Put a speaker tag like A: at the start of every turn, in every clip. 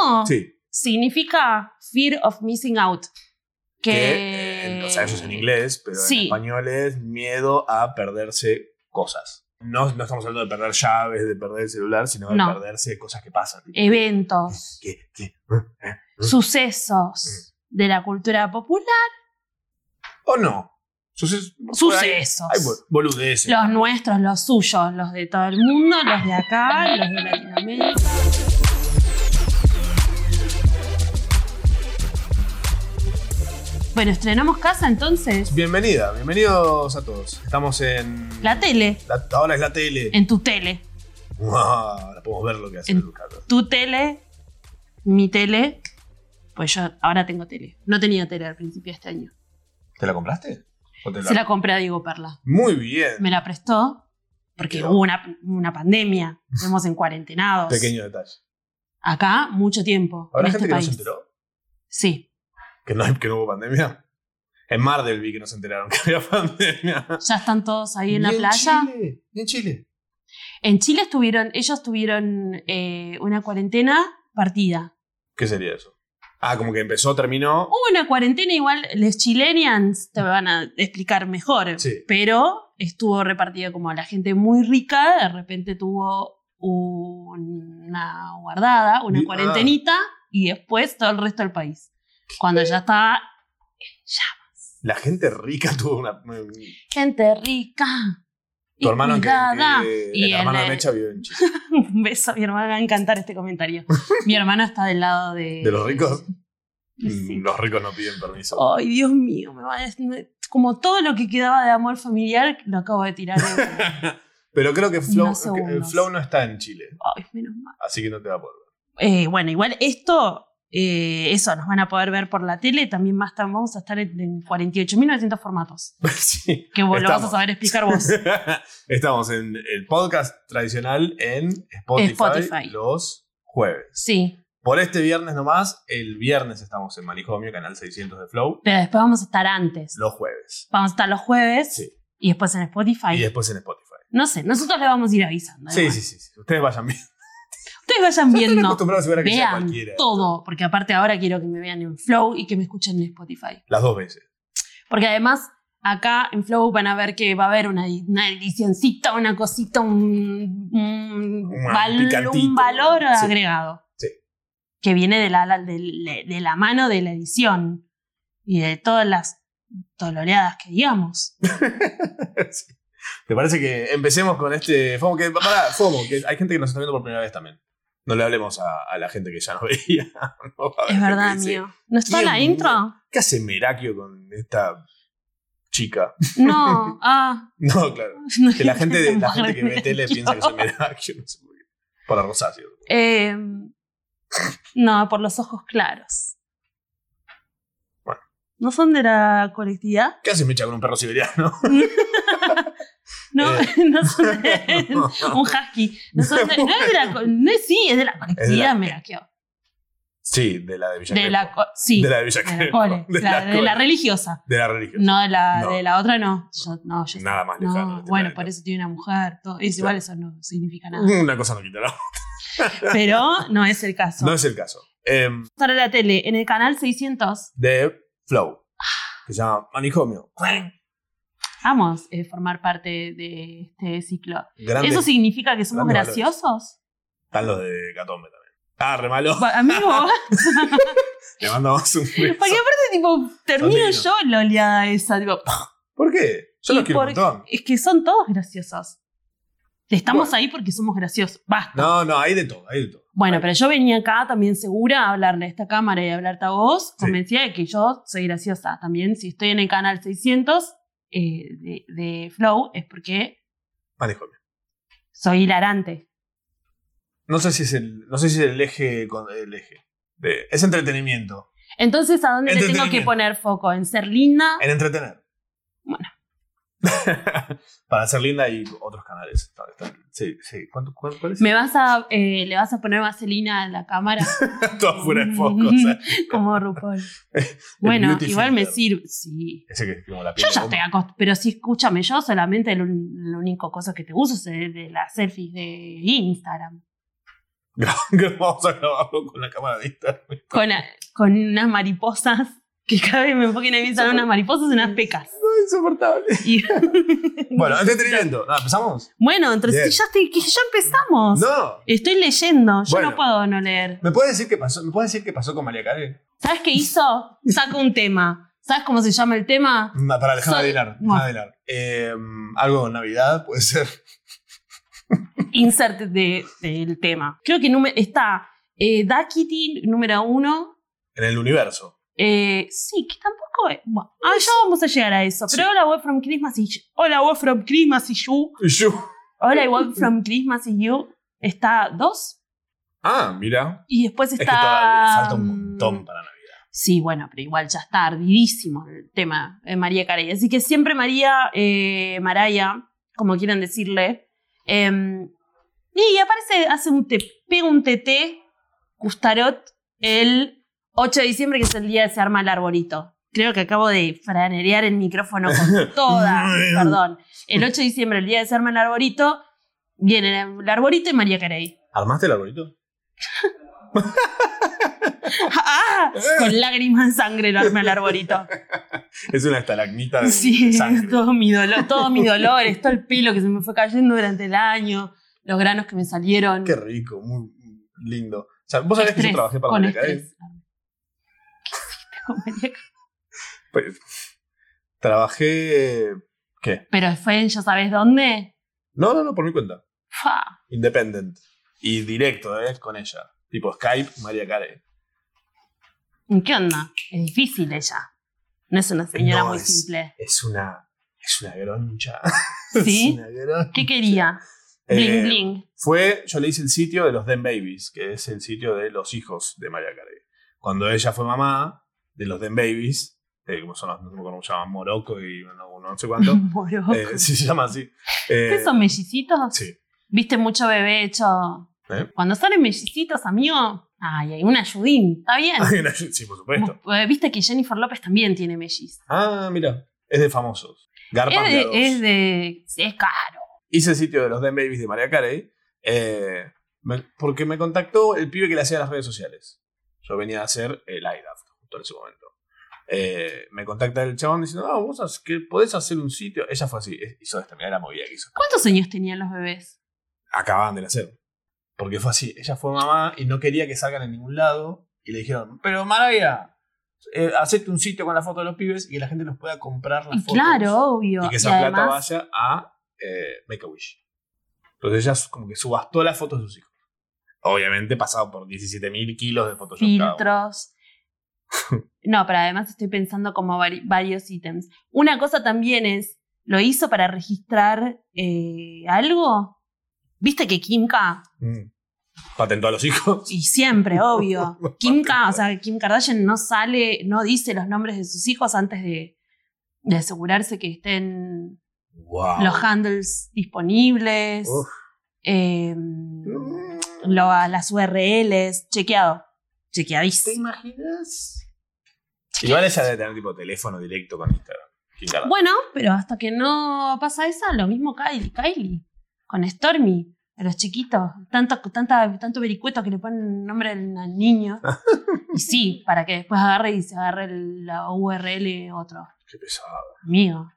A: no.
B: Sí.
A: Significa fear of missing out. Que,
B: Que, eh, o sea, eso es en inglés, pero en
A: Sí.
B: español es miedo a perderse cosas. No, no estamos hablando de perder llaves, de perder el celular, sino de
A: No. Eh,
B: perderse cosas que pasan. tipo,
A: Eventos.
B: ¿qué? ¿Qué? eh. ¿Mm?
A: sucesos de la cultura popular,
B: ¿O no? Suces-
A: sucesos.
B: Hay bol- boludeces.
A: Los nuestros, los suyos, los de todo el mundo, los de acá, los de Latinoamérica. Bueno, estrenamos casa entonces.
B: Bienvenida, bienvenidos a todos. Estamos en.
A: La tele,
B: la- ahora es la tele.
A: en tu tele.
B: Uah, ahora podemos ver lo que hace
A: En-
B: Lucas.
A: Tu tele, mi tele. Pues yo ahora tengo tele. No tenía tele al principio de este año.
B: ¿Te la compraste? ¿O te la-
A: Se la compré a Diego Perla.
B: Muy bien.
A: me la prestó porque
B: Pero-
A: hubo una, una pandemia, estuvimos en cuarentenados.
B: Pequeño detalle.
A: Acá mucho tiempo.
B: Habrá
A: en
B: gente
A: este
B: que no
A: país.
B: se enteró.
A: Sí,
B: Que no, hay- que no hubo pandemia. En Mar del vi que no se enteraron que había pandemia.
A: ya están todos ahí en la
B: Ni
A: playa.
B: Chile, ni en Chile.
A: En Chile estuvieron, ellos tuvieron eh, una cuarentena partida.
B: ¿Qué sería eso? Ah, como que empezó, terminó.
A: Hubo una cuarentena igual, los chilenians te van a explicar mejor,
B: Sí.
A: pero estuvo repartida como a la gente muy rica, de repente tuvo una guardada, una
B: Bi- ah.
A: cuarentenita y después todo el resto del país. Cuando ya estaba
B: La gente rica tuvo una.
A: gente rica.
B: Tu hermano, que,
A: cuidada.
B: que-
A: Y
B: el hermano de
A: el-
B: Mecha vive en Chile.
A: Un beso a mi hermana, le va a encantar este comentario. mi hermana está del lado de.
B: ¿De los ricos?
A: Sí. Oh.
B: Mm, Los ricos no piden permiso.
A: Ay, Dios mío, me va a des- me- Como todo lo que quedaba de amor familiar, lo acabo de tirar. de-
B: Pero creo que Flow,
A: Unos segundos.
B: que- eh, Flow no está en Chile,
A: Ay, menos mal.
B: así que no te va a poder ver.
A: Eh, bueno, igual esto, eh, eso, nos van a poder ver por la tele. También más tarde vamos a estar en, en 48.900 formatos.
B: Sí.
A: Que vos lo vas a
B: Estamos.
A: saber explicar vos.
B: Estamos en el podcast tradicional en Spotify,
A: Spotify.
B: los jueves.
A: Sí,
B: Por este viernes nomás, el viernes estamos en Manicomio, canal 600 de Flow,
A: pero después vamos a estar antes.
B: los jueves.
A: Vamos a estar los jueves
B: Sí.
A: y después en Spotify.
B: Y después en Spotify.
A: No sé, nosotros le vamos a ir avisando.
B: Sí,
A: igual.
B: sí, sí, sí. Ustedes vayan viendo.
A: Ustedes vayan
B: Yo estoy
A: viendo.
B: acostumbrado a ver a que sea
A: Vean
B: cualquiera.
A: todo, porque aparte ahora quiero que me vean en Flow y que me escuchen en Spotify.
B: Las dos veces.
A: Porque además, acá en Flow van a ver que va a haber una, una edicioncita, una cosita, un, un,
B: Una
A: val-
B: picantito.
A: un valor
B: Sí.
A: agregado.
B: Sí.
A: Que viene de la, la- de- de la mano de la edición y de todas las toloreadas que digamos.
B: Sí. ¿Te parece que empecemos con este FOMO? Que, pará, FOMO, que hay gente que nos está viendo por primera vez también. No le hablemos a, a la gente que ya nos veía. No va a
A: Es
B: haber gente que
A: verdad,
B: dice,
A: mío. ¿No está
B: "Dios
A: la
B: mío,
A: intro?
B: ¿Qué hace Merakio con esta chica?
A: No. Ah.
B: No, claro. Que la gente, de, la gente que ve tele
A: Yo-
B: piensa que soy Merakio. No sé por qué. Para Rosacio.
A: Eh, no, por los ojos claros.
B: Bueno.
A: ¿No son de la colectividad?
B: ¿Qué hace Mecha con un perro siberiano?
A: No,
B: Eh.
A: no son de, un husky. No, son de, no es de la co- no es- sí, es de la colectividad, me la quedo.
B: Sí, de la de Villa
A: De la
B: Crespo.
A: co- sí, de
B: de la
A: la,
B: de Villa Crespo.
A: cole,
B: De
A: la-
B: la
A: de la
B: cole.
A: religiosa.
B: De la religión.
A: No, de la,
B: No.
A: de la otra no. Yo- no, yo-
B: Nada más
A: no,
B: lejano. de este
A: bueno,
B: planeta.
A: por eso tiene una mujer. todo. Es igual, eso no significa nada.
B: Una cosa no quita la otra.
A: Pero no es el caso.
B: No es el caso. Em,
A: Estar en la tele, en el canal 600,
B: de Flow, que se llama Manicomio.
A: vamos a eh, formar parte de este ciclo.
B: Grandes,
A: ¿Eso significa que somos
B: grandes valores.
A: graciosos?
B: Están los de Catombe también. Ah, re malo.
A: Pa- Amigo,
B: Le mandamos un beso.
A: porque aparte, tipo, termino
B: Sonido.
A: yo la oleada esa. Tipo,
B: ¿Por qué? Yo
A: Y
B: los quiero un
A: por-
B: montón.
A: es que son todos graciosos. Estamos ahí porque somos graciosos. Basta.
B: No, no, hay de todo, hay de todo.
A: Bueno, pero yo venía acá también segura a hablarle a esta cámara y a hablarte a vos,
B: Sí.
A: convencida de que yo soy graciosa. También, si estoy en el canal 600 eh, de, de Flow, es porque
B: Manicomio.
A: soy hilarante.
B: No sé si es el, no sé si es el eje, con- el eje. de- es entretenimiento.
A: Entonces, ¿a dónde le tengo que
B: Entretenimiento.
A: poner foco? ¿En ser linda?
B: En entretener.
A: Bueno.
B: Para ser linda hay otros canales. Está- está- sí, sí. ¿Cuánto, cuál, cuál es?
A: ¿Me vas a, eh, ¿Le vas a poner vaselina a la cámara?
B: Todo fuera de foco. o sea,
A: Como RuPaul. bueno,
B: beauty
A: igual me
B: filter.
A: sirve. Sí.
B: ese que es como la
A: Yo
B: piel de
A: ya
B: goma.
A: estoy acostumbrada. Pero sí, escúchame, yo solamente el, un- la única cosa que te uso es de, de las selfies de Instagram.
B: Gra- Vamos a grabarlo con la cámara de Instagram.
A: Con, a- con unas mariposas. Que cada vez me enfoquen a mí son unas mariposas y unas pecas.
B: No, insoportable.
A: Y-
B: Bueno, entretenimiento. Ah, ¿Empezamos?
A: Bueno, entonces
B: Bien.
A: que ya, te- que ya empezamos.
B: No.
A: Estoy leyendo, yo
B: Bueno.
A: no puedo no leer.
B: ¿Me puedes decir qué pasó? ¿Me puedes decir qué pasó con María Karen?
A: ¿Sabes qué hizo? Saca un tema. ¿Sabes cómo se llama el tema?
B: No, para dejar
A: Soy-
B: de hilar.
A: Bueno.
B: dejarla de hilar. Eh, algo con Navidad, puede ser.
A: Insert de- del tema. Creo que nume- está eh, Duckity número uno.
B: En el universo. Eh,
A: Eh, sí, que tampoco es. bueno, ah, ya vamos a llegar a eso. Pero hola, Web from Christmas y Hola, Web from Christmas y You.
B: Yo.
A: Hola, Web from Christmas y You. Está dos.
B: Ah, mira.
A: Y después
B: Es que
A: está. mm,
B: todavía falta un montón para Navidad.
A: Sí, bueno, pero igual ya está ardidísimo el tema de María Carey. Así que siempre María, eh, Maraya, como quieran decirle. em, y aparece, hace un te, pega un TT, Custarot, el 8 de diciembre, que es el día que se arma el arbolito. Creo que acabo de franerear el micrófono con toda. perdón. El 8 de diciembre, el día que se arma el arbolito, viene el arbolito y María Carey.
B: ¿Armaste el arbolito?
A: ¡Ah! Con lágrimas de sangre lo arma el arbolito.
B: Es una estalagmita de
A: Sí,
B: sangre.
A: todo mi dolor, todo mi dolor, todo el pelo que se me fue cayendo durante el año, los granos que me salieron.
B: Qué rico, muy lindo. O sea, vos sabés que yo
A: Estrés,
B: trabajé para
A: con
B: María Karen.
A: estrés. ¿Qué hiciste con María Carey?
B: Pues, trabajé. ¿Qué?
A: Pero fue en ya sabes dónde.
B: No, no, no, por mi cuenta.
A: Fa.
B: Independent. Y directo, ¿eh? Con ella. Tipo Skype, María Karen.
A: ¿Qué onda? Es difícil ella. No es una señora
B: No,
A: muy
B: es-
A: simple.
B: Es una. Es una groncha.
A: ¿Sí?
B: Es una groncha.
A: ¿Qué quería?
B: Eh,
A: Bling bling.
B: Fue, yo le hice el sitio de los Den Babies, que es el sitio de los hijos de María Carey. Cuando ella fue mamá de los Den Babies, eh, como son los, no me acuerdo cómo se llaman, Morocco y no, no sé cuánto.
A: Moroco.
B: eh, sí, se llama así. Eh,
A: ¿Qué son mellicitos?
B: Sí.
A: ¿Viste mucho bebé hecho?
B: ¿Eh?
A: Cuando salen mellicitos, amigo, ay, hay un ayudín. Está bien.
B: Hay una- sí, por supuesto.
A: Como, eh, Viste que Jennifer López también tiene melliz.
B: Ah, mira, es de famosos. Garpan
A: Es
B: de a
A: de,
B: dos.
A: es de- sí, es caro.
B: Hice el sitio de los Den Babies de María Carey eh, me- porque me contactó el pibe que le hacía las redes sociales. Yo venía a hacer el IDAF justo en ese momento. Eh, me contacta el chabón diciendo, ah, vos has- que podés hacer un sitio. Ella fue así, es- hizo esta, mirá la movida que hizo.
A: ¿Cuántos años tenían los bebés?
B: Acababan de nacer. Porque fue así, ella fue mamá y no quería que salgan en ningún lado. Y le dijeron, pero María, eh, hacete un sitio con la foto de los pibes y que la gente los pueda comprar las
A: Y
B: fotos
A: claro, obvio.
B: y que
A: Y
B: esa plata
A: además,
B: vaya a eh, Make a Wish. Entonces ella como que subastó las fotos de sus hijos. Obviamente pasado por 17.000 kilos de Photoshop. cada uno.
A: filtros. No, pero además estoy pensando como vari- varios ítems. Una cosa también es, ¿lo hizo para registrar eh, algo? ¿Viste que Kim K?
B: Mm. Patentó a los hijos.
A: Y siempre, obvio. Kim K, o sea, Kim Kardashian no sale, no dice los nombres de sus hijos antes de- de asegurarse que estén
B: Wow.
A: los handles disponibles,
B: Uf.
A: eh,
B: Mm.
A: lo- a las URLs, chequeado,
B: ¿Te
A: chequeadísimo.
B: imaginas? Igual ella debe tener tipo teléfono directo con Instagram. Kim Kardashian.
A: Bueno, pero hasta que no pasa esa, lo mismo Kylie, Kylie con Stormy, a los chiquitos, tanto, tanta, tanto vericueto que le ponen nombre al, al niño. y sí, para que después agarre y se agarre el- la URL otro.
B: Qué pesado.
A: Amigo,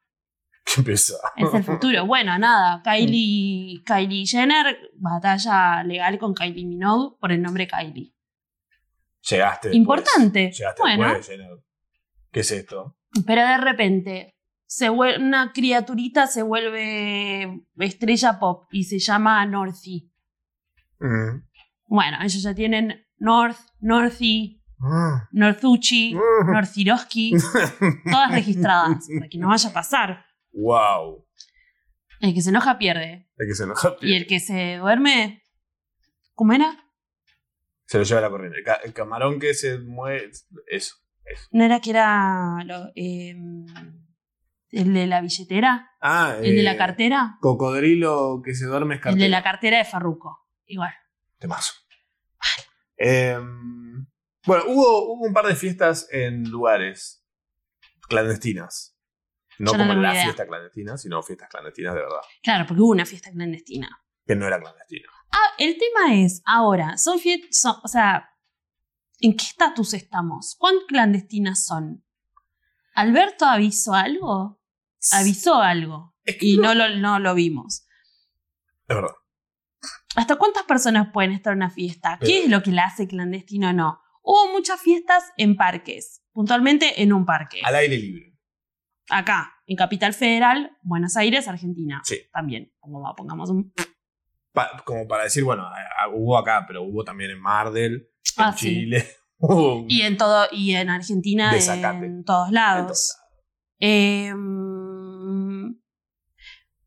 B: Qué pesado.
A: es el futuro. Bueno, nada, Kylie, Kylie Jenner, batalla legal con Kylie Minogue por el nombre Kylie.
B: Llegaste. después.
A: Importante.
B: Llegaste
A: Bueno,
B: después, Jenner. ¿Qué es esto?
A: pero de repente se vuel- una criaturita se vuelve estrella pop y se llama Northy.
B: Mm.
A: Bueno, ellos ya tienen North, Northy,
B: Mm.
A: Northucci, Northiroski, todas registradas, para que no vaya a pasar.
B: wow.
A: El que se enoja pierde.
B: Hay que se enoja.
A: Y el que se duerme, ¿cómo era?
B: Se lo lleva la corriente. El, ca- el camarón que se mueve. Eso.
A: ¿No era que era lo- em, el de la billetera?
B: Ah,
A: ¿El de la
B: eh,
A: cartera?
B: Cocodrilo que se duerme es
A: El de
B: cartera.
A: la cartera de Farruco. Igual.
B: Temazo. Eh, bueno, hubo, hubo un par de fiestas en lugares clandestinas. No
A: Yo no
B: como
A: tengo
B: la
A: idea.
B: fiesta clandestina, sino fiestas clandestinas de verdad.
A: Claro, porque hubo una fiesta clandestina.
B: Que no era clandestina.
A: Ah, el tema es, ahora, son fiet- son- o sea, ¿en qué estatus estamos? ¿Cuán clandestinas son? ¿Alberto avisó algo? Avisó algo.
B: Es que
A: Y no lo, no lo vimos.
B: Es verdad.
A: ¿Hasta cuántas personas pueden estar en una fiesta? ¿Qué
B: Eh.
A: es lo que la hace clandestina o no? Hubo muchas fiestas en parques, puntualmente en un parque.
B: Al aire libre.
A: Acá, en Capital Federal, Buenos Aires, Argentina.
B: Sí.
A: También, como pongamos un...
B: Pa- como para decir, bueno, a- a- hubo acá, pero hubo también en Mar del, en
A: Ah, sí.
B: Chile. hubo un-
A: Y en todo, y en Argentina,
B: Desacate.
A: en todos lados.
B: en todos lados.
A: Em,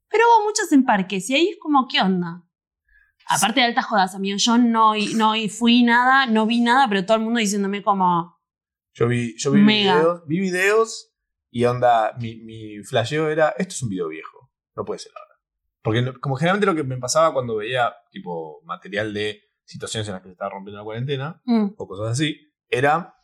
A: pero hubo muchas en parques y ahí es como, ¿qué onda? Aparte de altas jodas, amigo, yo no, i- no i- fui nada, no vi nada, pero todo el mundo diciéndome como,
B: Yo vi, yo vi
A: Mega.
B: videos, vi videos y onda, mi, mi flasheo era, esto es un video viejo, no puede ser ahora. Porque no- como generalmente lo que me pasaba cuando veía tipo material de situaciones en las que se estaba rompiendo la cuarentena
A: mm,
B: o cosas así, era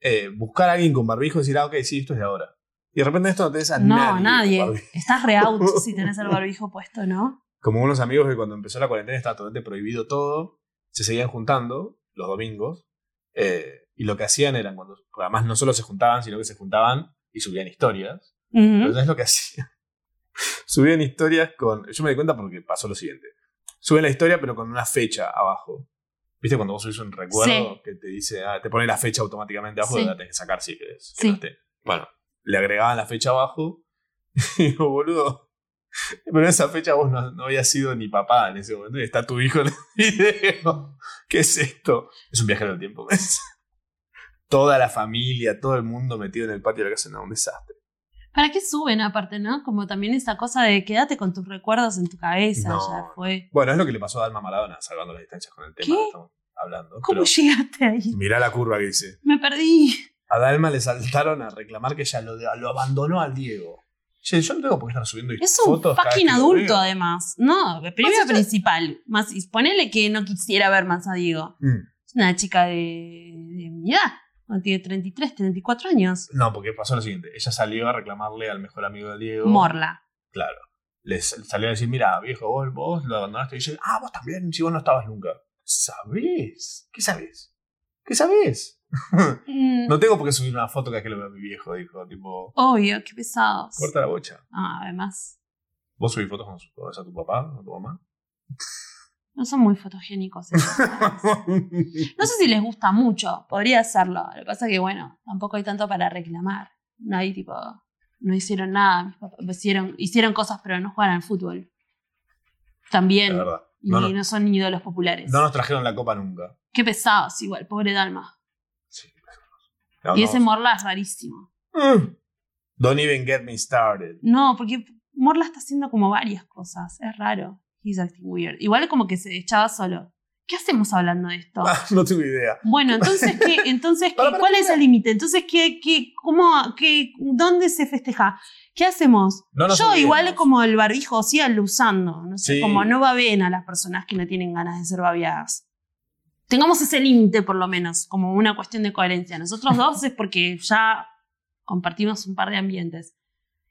B: eh, buscar a alguien con barbijo y decir, ah, ok, sí, esto es de ahora. Y de repente esto no tenés a
A: no,
B: con
A: nadie.
B: barbijo.
A: Estás re out si tenés el barbijo puesto, ¿no?
B: Como unos amigos que cuando empezó la cuarentena estaba totalmente prohibido todo, se seguían juntando los domingos. eh, y lo que hacían eran cuando. porque Además, no solo se juntaban, sino que se juntaban y subían historias. Pero
A: Ujú.
B: ¿sabes lo que hacían? Subían historias con. Yo me di cuenta porque pasó lo siguiente. Suben la historia, pero con una fecha abajo. ¿Viste cuando vos subís un recuerdo
A: Sí.
B: que te dice. ah, te pone la fecha automáticamente abajo,
A: Sí.
B: y la tenés que sacar si querés. que
A: Sí.
B: no esté? Bueno, le agregaban la fecha abajo. Y digo, boludo. Pero en esa fecha vos no, no habías sido ni papá en ese momento y está tu hijo en el video. ¿Qué es esto? Es un viajero del tiempo, me dice. Toda la familia, todo el mundo metido en el patio de la casa, no, un desastre.
A: ¿Para qué suben aparte, no? Como también esa cosa de quédate con tus recuerdos en tu cabeza,
B: No.
A: ya fue.
B: Bueno, es lo que le pasó a Alma Maradona, salvando las distancias con el tema
A: ¿Qué?
B: que estamos hablando.
A: ¿Cómo
B: pero
A: llegaste ahí?
B: mirá la curva que dice.
A: Me perdí.
B: A Dalma le saltaron a reclamar que ella lo, lo abandonó al Diego. Che, yo no tengo por qué estar subiendo
A: Es un
B: fotos. cada
A: fucking
B: vez que lo
A: adulto,
B: veo.
A: además. No, primero
B: allá-
A: principal. Más, y ponele que no quisiera ver más a Diego.
B: Mm.
A: Es una chica de, de mi edad. No, tiene 33, 34 años.
B: No, porque pasó lo siguiente. Ella salió a reclamarle al mejor amigo del Diego.
A: Morla.
B: Claro. Le sal- salió a decir, mira, viejo, vos, vos lo abandonaste. Y dice, ah, vos también, si vos no estabas nunca. ¿Sabés? ¿Qué sabés? ¿Qué sabés?
A: Mm,
B: No tengo por qué subir una foto cada vez que lo veo a mi viejo, dijo. Tipo,
A: Obvio, qué pesados.
B: corta la bocha.
A: Ah, además,
B: ¿Vos subís fotos con su- con a tu papá o a tu mamá?
A: no son muy fotogénicos. ellos. no sé si les gusta mucho. Podría hacerlo. Lo que pasa que, bueno, tampoco hay tanto para reclamar. No hay tipo. No hicieron nada. Mis papás hicieron, hicieron cosas, pero no jugaron al fútbol.
B: Es
A: También.
B: verdad.
A: Y
B: No,
A: no,
B: no-
A: son ídolos populares.
B: no nos trajeron la copa nunca.
A: Qué pesados igual, pobre Dalma.
B: Sí. No,
A: y
B: no.
A: ese Morla es rarísimo.
B: Mm. Don't even get me started.
A: No, porque Morla está haciendo como varias cosas. Es raro. He's acting weird. Igual como que se echaba solo. ¿Qué hacemos hablando de esto?
B: Ah, no tengo idea.
A: Bueno, entonces, ¿qué? Entonces, ¿qué?
B: Para, para,
A: ¿cuál es
B: para.
A: el límite? Entonces, ¿qué, qué, cómo, qué, ¿dónde se festeja? ¿Qué hacemos?
B: No nos
A: Yo
B: olvidemos.
A: igual como el barbijo, sigan usando. No sé,
B: Sí.
A: como no baben a las personas que no tienen ganas de ser babeadas. Tengamos ese límite, por lo menos, como una cuestión de coherencia. Nosotros dos es porque ya compartimos un par de ambientes.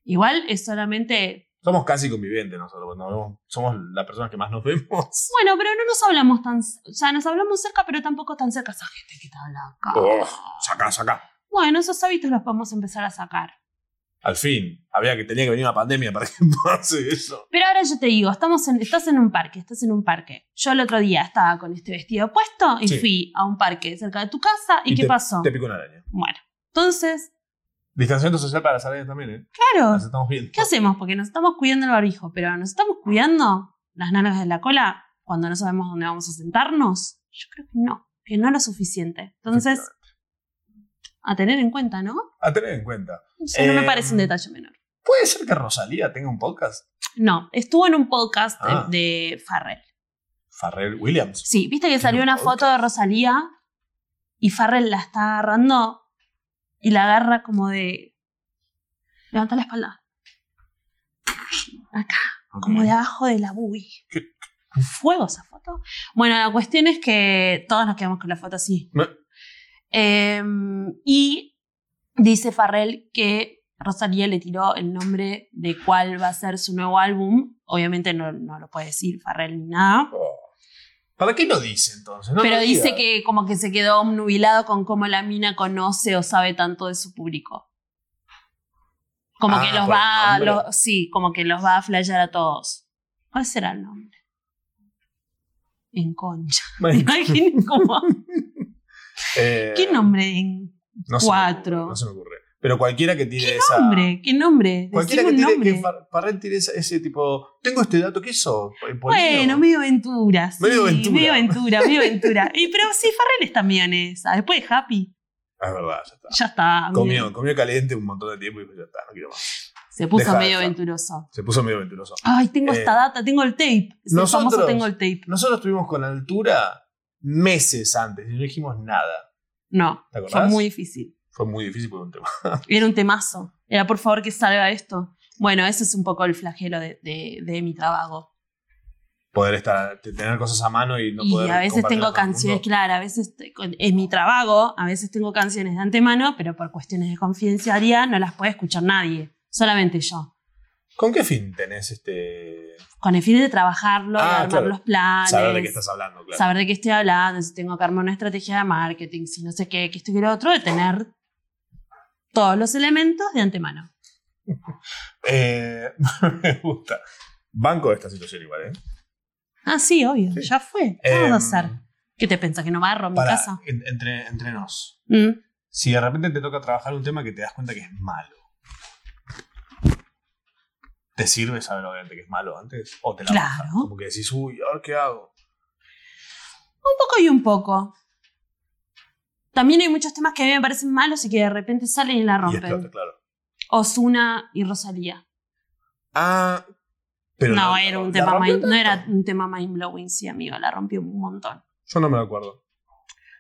A: Igual es solamente...
B: Somos casi convivientes nosotros. nos vemos- somos las personas que más nos vemos.
A: Bueno, pero no nos hablamos tan... O sea, nos hablamos cerca, pero tampoco tan cerca esa gente que te habla acá.
B: Oh, saca, saca.
A: Bueno, esos hábitos los podemos empezar a sacar.
B: Al fin. Había que tenía que venir una pandemia para que pase eso.
A: Pero ahora yo te digo, estamos en, estás en un parque, estás en un parque. Yo el otro día estaba con este vestido puesto y
B: Sí.
A: fui a un parque cerca de tu casa y,
B: Y
A: ¿qué pasó?
B: Te pico una araña.
A: Bueno, entonces,
B: Distanciamiento social para las arañas también, ¿eh?
A: claro,
B: Las estamos viendo.
A: Ah. ¿qué hacemos? Porque nos estamos cuidando el barbijo, pero nos estamos cuidando las nalgas de la cola cuando no sabemos dónde vamos a sentarnos. Yo creo que no, que no lo suficiente. Entonces, a tener en cuenta, ¿no?
B: A tener en cuenta.
A: O sea, no me
B: Eh,
A: parece un detalle menor.
B: ¿Puede ser que Rosalía tenga un podcast?
A: No, estuvo en un podcast eh,
B: Ah.
A: de Farrell.
B: Farrell Williams.
A: Sí, viste que salió una foto de Rosalía y Farrell la está agarrando y la agarra como de. Levanta la espalda. Como de abajo de la boobie. Fuego esa foto. Bueno, la cuestión es que todos nos quedamos con la foto así.
B: Me-
A: Em, y dice Farrell que Rosalía le tiró el nombre de cuál va a ser su nuevo álbum. Obviamente no, no lo puede decir Farrell ni nada.
B: Oh, ¿Para qué lo dice entonces? No
A: pero
B: lo diga.
A: dice que como que se quedó obnubilado con cómo la mina conoce o sabe tanto de su público. Como
B: Ah,
A: que los
B: por el
A: va,
B: nombre.
A: los- sí, como que los va a flashear a todos. ¿Cuál será el nombre? En concha.
B: Bueno,
A: Imaginen cómo.
B: eh,
A: ¿Qué nombre? En
B: no se me
A: Cuatro.
B: ocurre, no se me ocurre. Pero cualquiera que tire esa.
A: nombre, ¿qué nombre?
B: Cualquiera
A: Decime
B: que
A: un
B: tire,
A: nombre.
B: que Far- Farrell tire esa- ese tipo. Tengo este dato, ¿qué hizo?
A: Bueno, medio aventura. sí,
B: Medio aventura.
A: Medio aventura, medio aventura. Y, pero sí, Farrell es también esa. Después de Happy,
B: Ah, Es verdad, ya está.
A: ya está.
B: Comió, comió caliente un montón de tiempo y dijo, ya está, no quiero más.
A: Se puso
B: Deja,
A: medio
B: deja.
A: aventuroso.
B: Se puso medio mentiroso.
A: Ay, tengo
B: Eh,
A: esta data, tengo el tape. Es el
B: nosotros-
A: famoso tengo el tape.
B: Nosotros estuvimos con altura meses antes y no dijimos nada.
A: No,
B: ¿Te acordás?
A: fue muy difícil.
B: Fue muy difícil por un tema.
A: Era un temazo. Era por favor que salga esto. Bueno, ese es un poco el flagelo de, de- de mi trabajo.
B: Poder estar, tener cosas a mano y no poder.
A: y a veces
B: compartirlas
A: tengo
B: con el
A: canciones,
B: mundo.
A: claro, a veces te- con- en mi trabajo, a veces tengo canciones de antemano, pero por cuestiones de confidencialidad no las puede escuchar nadie, solamente yo.
B: ¿Con qué fin tenés este.
A: Con el fin de trabajarlo, de
B: Ah,
A: armar
B: claro.
A: los planes.
B: saber de qué estás hablando, claro?
A: saber de qué estoy hablando, si tengo que armar una estrategia de marketing, si no sé qué, que esto y que lo otro, de tener todos los elementos de antemano.
B: Eh, me gusta. Banco de esta situación igual, ¿eh?
A: Ah, sí, obvio,
B: Sí.
A: ya fue. ¿Qué vas
B: Em,
A: a hacer? ¿Qué te pensás que no barro mi
B: pará,
A: casa?
B: en- entre, entre nos.
A: Mm.
B: Si de repente te toca trabajar un tema que te das cuenta que es malo. ¿Te sirve saber obviamente que es malo antes? ¿O te la
A: Claro.
B: bajas? Como que decís, uy, ahora qué hago.
A: Un poco y un poco. También hay muchos temas que a mí me parecen malos y que de repente salen y la
B: Y explota,
A: rompen.
B: claro.
A: Osuna y Rosalía.
B: Ah, pero.
A: no, era un
B: ¿la
A: tema
B: rompió
A: mind- no
B: tanto?
A: era un tema mind blowing, sí, amigo, la rompió un montón.
B: Yo no me lo acuerdo.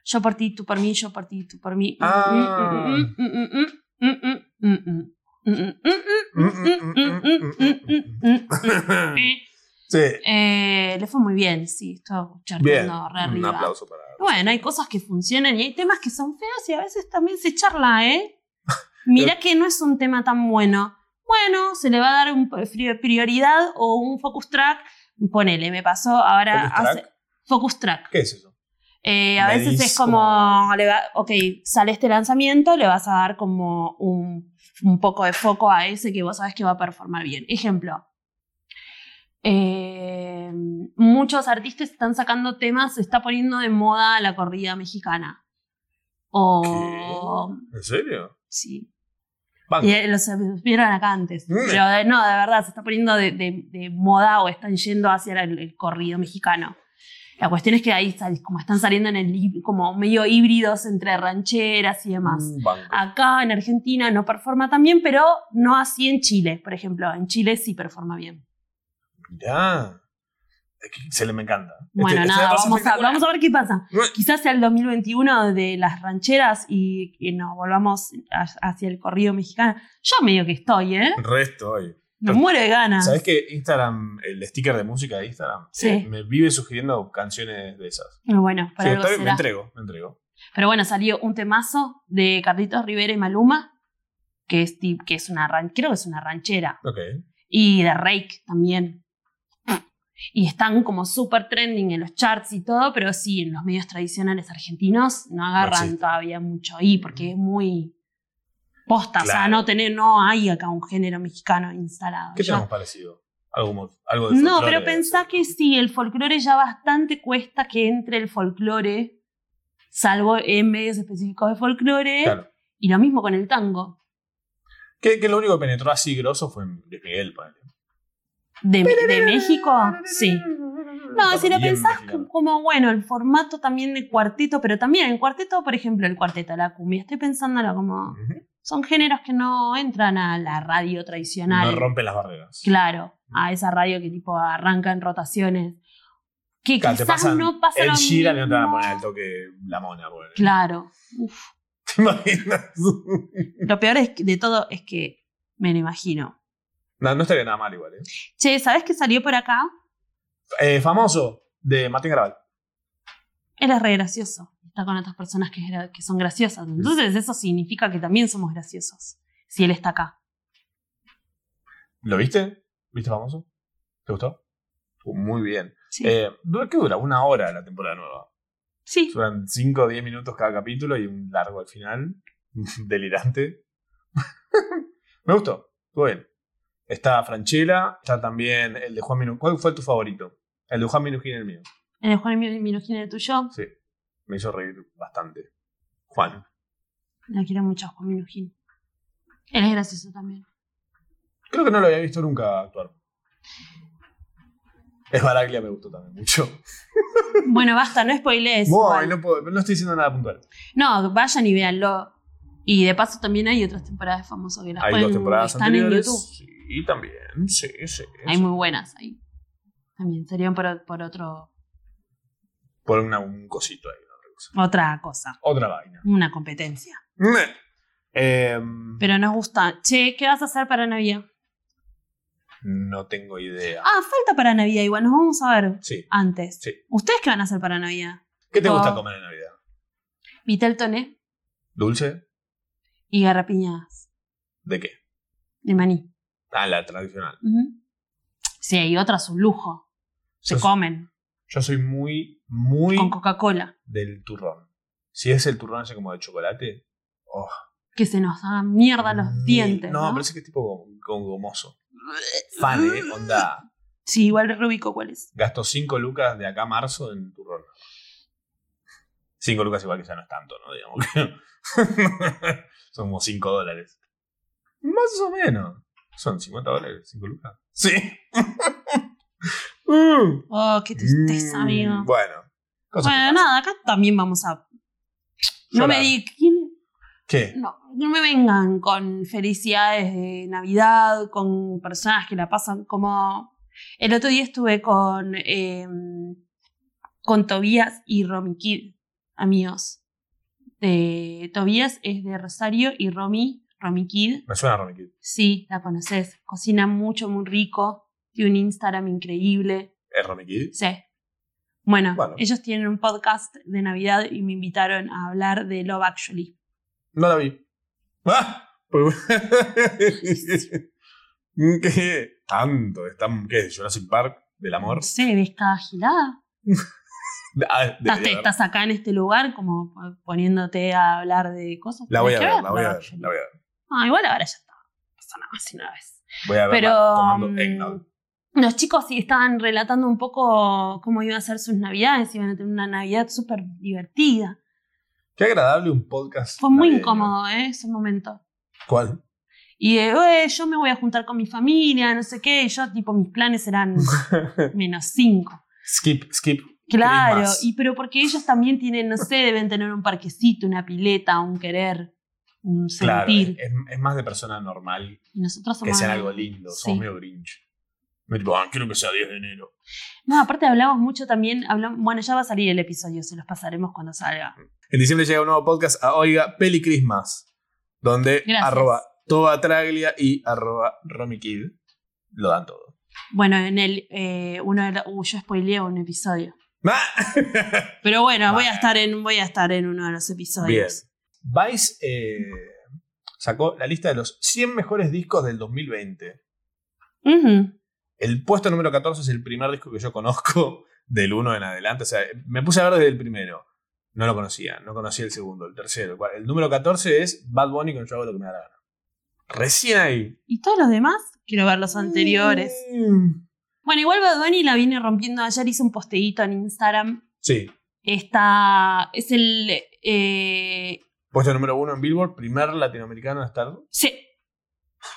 A: Yo por ti, tú por mí, yo por ti, tú por mí.
B: Ah. Mm, Sí.
A: Eh, Le fue muy bien, sí, estuvo
B: Bien.
A: charlando re
B: Un
A: arriba.
B: aplauso para.
A: Bueno, hay cosas que funcionan y hay temas que son feos y a veces también se charla, ¿eh? Mirá que no es un tema tan bueno. Bueno, se le va a dar un pri- prioridad o un focus track. Ponele, me pasó ahora
B: ¿Focus
A: hace- focus track.
B: ¿Qué es eso?
A: Eh, a
B: Medís
A: veces es como,
B: como-
A: le va- ok, sale este lanzamiento, le vas a dar como un, un poco de foco a ese que vos sabes que va a performar bien. Ejemplo, eh, muchos artistas están sacando temas, se está poniendo de moda la corrida mexicana. O...
B: ¿En serio? Mm,
A: Sí.
B: Banco.
A: Y eh, los vieron acá antes.
B: Ah. Mm.
A: Pero de- no, de verdad, se está poniendo de, de- de moda o están yendo hacia el, el corrido mexicano. La cuestión es que ahí sal- como están saliendo en el hí- como medio híbridos entre rancheras y demás.
B: Mm, Banco.
A: Acá en Argentina no performa tan bien, pero no así en Chile, por ejemplo. En Chile sí performa bien.
B: Este, Mirá. Es que Se le me encanta. Este-
A: Bueno,
B: este
A: nada,
B: dato es
A: vamos a,
B: espectacular.
A: vamos a ver qué pasa.
B: Bueno.
A: Quizás sea el 2021 de las rancheras y, y nos volvamos a- hacia el corrido mexicano. Yo medio que estoy, ¿eh?
B: Resto hoy.
A: Me muero de ganas.
B: ¿Sabes que Instagram, el sticker de música de Instagram,
A: Ah. Sí.
B: eh, me vive sugiriendo canciones de esas?
A: Pero Ah, Bueno,
B: Sí,
A: para algo
B: está bien, me
A: será.
B: entrego, me entrego.
A: Pero bueno, salió un temazo de Carlitos Rivera y Maluma, que es, ti- que es una ran- creo que es una ranchera.
B: Ok.
A: Y de Rake también. Y están como súper trending en los charts y todo, pero sí, en los medios tradicionales argentinos
B: Ah,
A: no agarran
B: existe.
A: todavía mucho ahí, porque es muy posta. O sea,
B: Claro.
A: no, tener, no hay acá un género mexicano instalado.
B: ¿Qué
A: Ya-
B: tenemos parecido? Algo, mo- algo de
A: no,
B: folclore.
A: pero pensá que sí, el folclore ya bastante cuesta que entre el folclore, salvo en medios específicos de folclore,
B: Claro.
A: y lo mismo con el tango.
B: Que, que lo único que penetró así grosso fue Luis Miguel, ponele.
A: ¿De, de México? Sí. No, si lo
B: Bien
A: pensás
B: mexicano.
A: como, bueno, el formato también de cuarteto, pero también el cuarteto, por ejemplo, el cuarteto, la cumbia, estoy pensándolo como,
B: Ujú.
A: son géneros que no entran a la radio tradicional.
B: No rompe las barreras.
A: Claro, a esa radio que tipo arranca en rotaciones. Que
B: Claro, te
A: quizás
B: pasan
A: no pasa
B: el
A: lo
B: Sheeran y no te van a
A: mismo.
B: poner el toque la mona, ponele.
A: Claro.
B: ¿Te imaginas?
A: Lo peor es que- de todo es que me lo imagino.
B: No, no estaría nada mal igual, ¿eh?
A: Che, ¿sabes qué salió por acá?
B: Eh, Famoso, de Martín Garabal.
A: Él es re gracioso. Está con otras personas que, gra- que son graciosas. Entonces eso significa que también somos graciosos. Si él está acá.
B: ¿Lo viste? ¿Viste Famoso? ¿Te gustó? Estuvo Muy bien.
A: Sí.
B: Eh, ¿dura- ¿Qué dura? Una hora la temporada nueva.
A: sí.
B: Duran 5 o 10 minutos cada capítulo y un largo al final. Delirante. Me gustó. Estuvo bien. Está Franchella, está también el de Juan Minujín. ¿Cuál fue tu favorito? El de Juan Minujín, el mío.
A: En el Juan Mi- Minojina de tuyo.
B: Sí. Me hizo reír bastante. Juan.
A: La quiero mucho a Juan Minojin. Él es gracioso también.
B: Creo que no lo había visto nunca actuar. Es Baraglia, me gustó también mucho.
A: Bueno, basta, no spoilees.
B: Bueno,
A: igual.
B: no, puedo- no estoy diciendo nada puntual.
A: No, vayan y véanlo. Y de paso también hay otras temporadas de famosos que las
B: Hay
A: ponen-
B: dos temporadas
A: Ah, están
B: anteriores.
A: en YouTube.
B: Sí, también. Sí, sí.
A: Hay
B: sí.
A: muy buenas ahí. También serían por, por otro,
B: Por una- un cosito ahí. una otra cosa.
A: otra cosa,
B: Otra vaina.
A: una competencia.
B: Meh. Em,
A: Pero nos gusta. Che, ¿qué vas a hacer para Navidad?
B: no tengo idea.
A: Ah, falta para Navidad igual, nos vamos a ver
B: Sí.
A: antes.
B: Sí.
A: ¿Ustedes qué van a hacer para Navidad?
B: ¿Qué te
A: No.
B: gusta comer en Navidad?
A: Vitel toné
B: ¿Dulce?
A: y garrapiñadas
B: ¿De qué?
A: de maní.
B: Ah, la tradicional.
A: Ujú. Sí, y otra es un lujo. Se
B: Yo-
A: comen
B: Yo soy muy, muy
A: con Coca-Cola.
B: del turrón. Si es el turrón así como de chocolate. Oh,
A: Que se nos hagan mierda los
B: mil-
A: dientes.
B: Mm, No,
A: No,
B: parece que es tipo gom- como gomoso. Fan, eh,
A: Mm.
B: onda.
A: Sí, igual el Rubico, ¿cuál es?
B: Gasto 5 lucas de acá a marzo en turrón. 5 lucas igual que ya no es tanto, ¿no? Digamos que- Son como 5 dólares. Más o menos. Son 50 dólares, 5 lucas. Sí. Mm.
A: Oh, qué tristeza,
B: Mm,
A: amigo. Bueno,
B: Bueno. cosas que pasan.
A: nada, acá también vamos a. No
B: Llorar.
A: me di- ¿quién-
B: ¿Qué?
A: No, no me vengan con felicidades de Navidad, con personas que la pasan como. El otro día estuve con. eh, con Tobías y Romy Kid, amigos. De- Tobías es de Rosario y Romy, Romy Kid,
B: Me suena Romy Kid.
A: sí, la conoces. Cocina mucho, muy rico. Tiene un Instagram increíble.
B: ¿Es Romy Kid?
A: Sí. Bueno,
B: Bueno.
A: ellos tienen un podcast de Navidad y me invitaron a hablar de Love Actually.
B: No la vi. ¡Ah! Pues- ¿Qué? Tanto. Es tan, ¿Qué? Jurassic Park del amor.
A: No sé, ves cada gilada.
B: Ah, debería
A: Estás,
B: verla.
A: estás acá en este lugar como poniéndote a hablar de cosas.
B: La voy a
A: Tenés
B: ver,
A: que
B: la voy a
A: Love
B: ver,
A: Actually.
B: la voy a ver.
A: Ah, igual ahora ya está. No pasa nada si no la ves.
B: Voy a verla
A: Pero
B: tomando
A: mm,
B: eggnog.
A: los chicos sí estaban relatando un poco cómo iban a ser sus navidades. Iban a tener una navidad súper divertida.
B: Qué agradable un podcast.
A: Fue muy
B: navideño.
A: incómodo ¿eh? ese momento.
B: ¿Cuál?
A: Y de, "Eh, yo me voy a juntar con mi familia, no sé qué. Y yo, tipo, mis planes eran menos cinco.
B: skip, skip.
A: Claro,
B: más.
A: y pero porque ellos también tienen, no sé, deben tener un parquecito, una pileta, un querer, un
B: Claro,
A: sentir.
B: es, es más de persona normal
A: Y nosotros
B: que
A: somos.
B: sean algo lindo. Somos
A: Sí.
B: medio grinch. Me tipo, ah, quiero que sea 10 de enero.
A: No, aparte hablamos mucho también. Hablamos, bueno, ya va a salir el episodio, se los pasaremos cuando salga.
B: En diciembre llega un nuevo podcast a Oiga Peli Christmas, donde
A: Gracias.
B: arroba Toba Traglia y arroba Romy Kid lo dan todo.
A: Bueno, en el. eh, uno de los- uh, yo spoileé un episodio.
B: ¡Ah!
A: Pero bueno, voy a
B: Vale.
A: estar en, voy a estar en uno de los episodios.
B: Bien. Vice eh, sacó la lista de los 100 mejores discos del 2020.
A: Ujú.
B: El puesto número 14 es el primer disco que yo conozco del 1 en adelante. O sea, me puse a ver desde el primero. No lo conocía. No conocía el segundo, el tercero. El, cuarto. El número 14 es Bad Bunny con Yo hago lo que me da la gana. Recién ahí.
A: ¿Y todos los demás? Quiero ver los anteriores.
B: Mm.
A: Bueno, igual Bad Bunny la viene rompiendo. Ayer hizo un posteíto en Instagram
B: Sí.
A: Está. Es el. eh,
B: Puesto número 1 en Billboard. Primer latinoamericano en estar.
A: sí.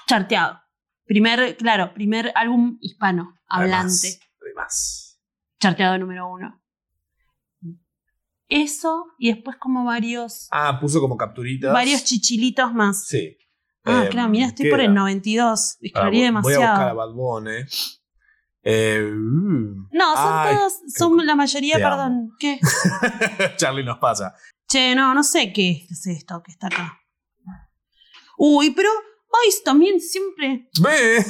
A: Charteado. Primer, claro, primer álbum hispano hablante.
B: Además, además.
A: Charteado número uno. Eso, y después como varios.
B: Ah, puso como capturitas.
A: Varios chichilitos más.
B: Sí.
A: Ah,
B: Eh,
A: claro, mira, estoy
B: ¿qué
A: por el
B: era?
A: 92.
B: Pará,
A: Escribí
B: Voy a buscar a
A: demasiado.
B: Bad Bunny. Eh, uh.
A: No, son
B: Ay,
A: todos. Son la mayoría,
B: te amo.
A: perdón. ¿Qué?
B: Charlie nos pasa.
A: Che, no, no sé qué es esto que está acá. Uy, pero Vice también siempre.
B: Ve.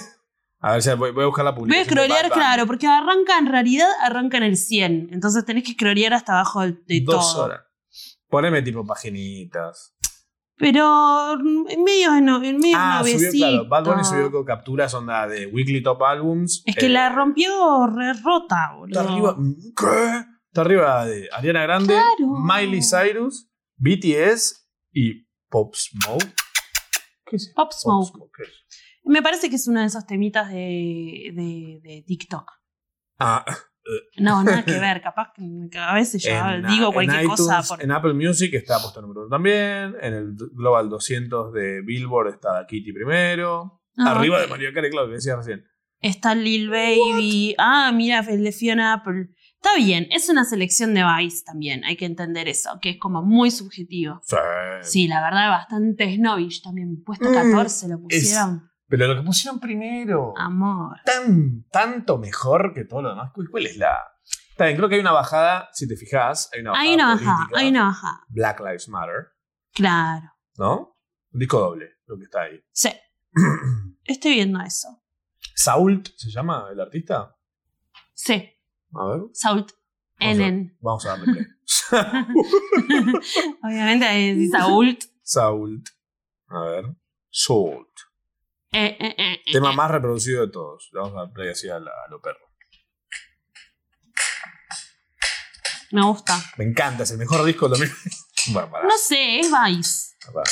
B: A ver, ya voy, voy a buscar la
A: Voy a
B: publicación. de
A: scrollear,
B: Bad Bunny.
A: claro, porque arranca en realidad, arranca en el 100. Entonces tenés que scrollear hasta abajo de
B: Dos
A: todo.
B: horas. Poneme tipo paginitas.
A: Pero en medio de no, en medio
B: Ah, subió, claro. Bad Bunny
A: noviecito.
B: subió con capturas onda de Weekly Top Albums.
A: Es que
B: Eh,
A: la rompió re rota, boludo.
B: Está arriba. ¿Qué? Está arriba de Ariana Grande,
A: Claro.
B: Miley Cyrus, BTS y Pop Smoke. ¿Qué es?
A: Pop
B: Pop
A: Smoke.
B: Smoke, ¿qué es?
A: Me parece que es uno de esos temitas de, de, de TikTok.
B: Ah,
A: No, nada que ver, capaz que a veces yo
B: en,
A: digo
B: en
A: cualquier
B: iTunes,
A: cosa. por-
B: En Apple Music está puesto número uno también. En el Global 200 de Billboard está Kitty primero.
A: Ah,
B: Arriba
A: ok.
B: de María Carey, claro, que decía recién.
A: Está Lil Baby. Ah, mira, el de Fiona Apple. Está bien, es una selección de Vice también, hay que entender eso, que es como muy subjetivo.
B: Sí.
A: Sí, la verdad, bastante snobish también. Puesto
B: Mm,
A: 14 lo pusieron.
B: Pero lo que pusieron primero.
A: Ah. Amor.
B: tan, tanto mejor que todo lo demás. ¿Cuál cuál es la...? Está bien, creo que hay una bajada, si te fijas, hay una bajada
A: Hay una bajada,
B: política.
A: hay una bajada.
B: Black Lives Matter,
A: Claro.
B: ¿no? Un disco doble, lo que está ahí.
A: Sí, estoy viendo eso.
B: Sault, ¿se llama el artista?
A: Sí,
B: A ver,
A: Salt.
B: ver.
A: Ellen.
B: vamos a darle play.
A: Obviamente eh, es Sault.
B: Sault. A ver. Sault.
A: Eh, eh, eh, eh.
B: Tema más reproducido de todos. Le Vamos a dar play así a, la- a lo perro.
A: Me gusta.
B: Me encanta, es el mejor disco de lo mismo. Bueno, pará.
A: No sé, es Vice.
B: pará.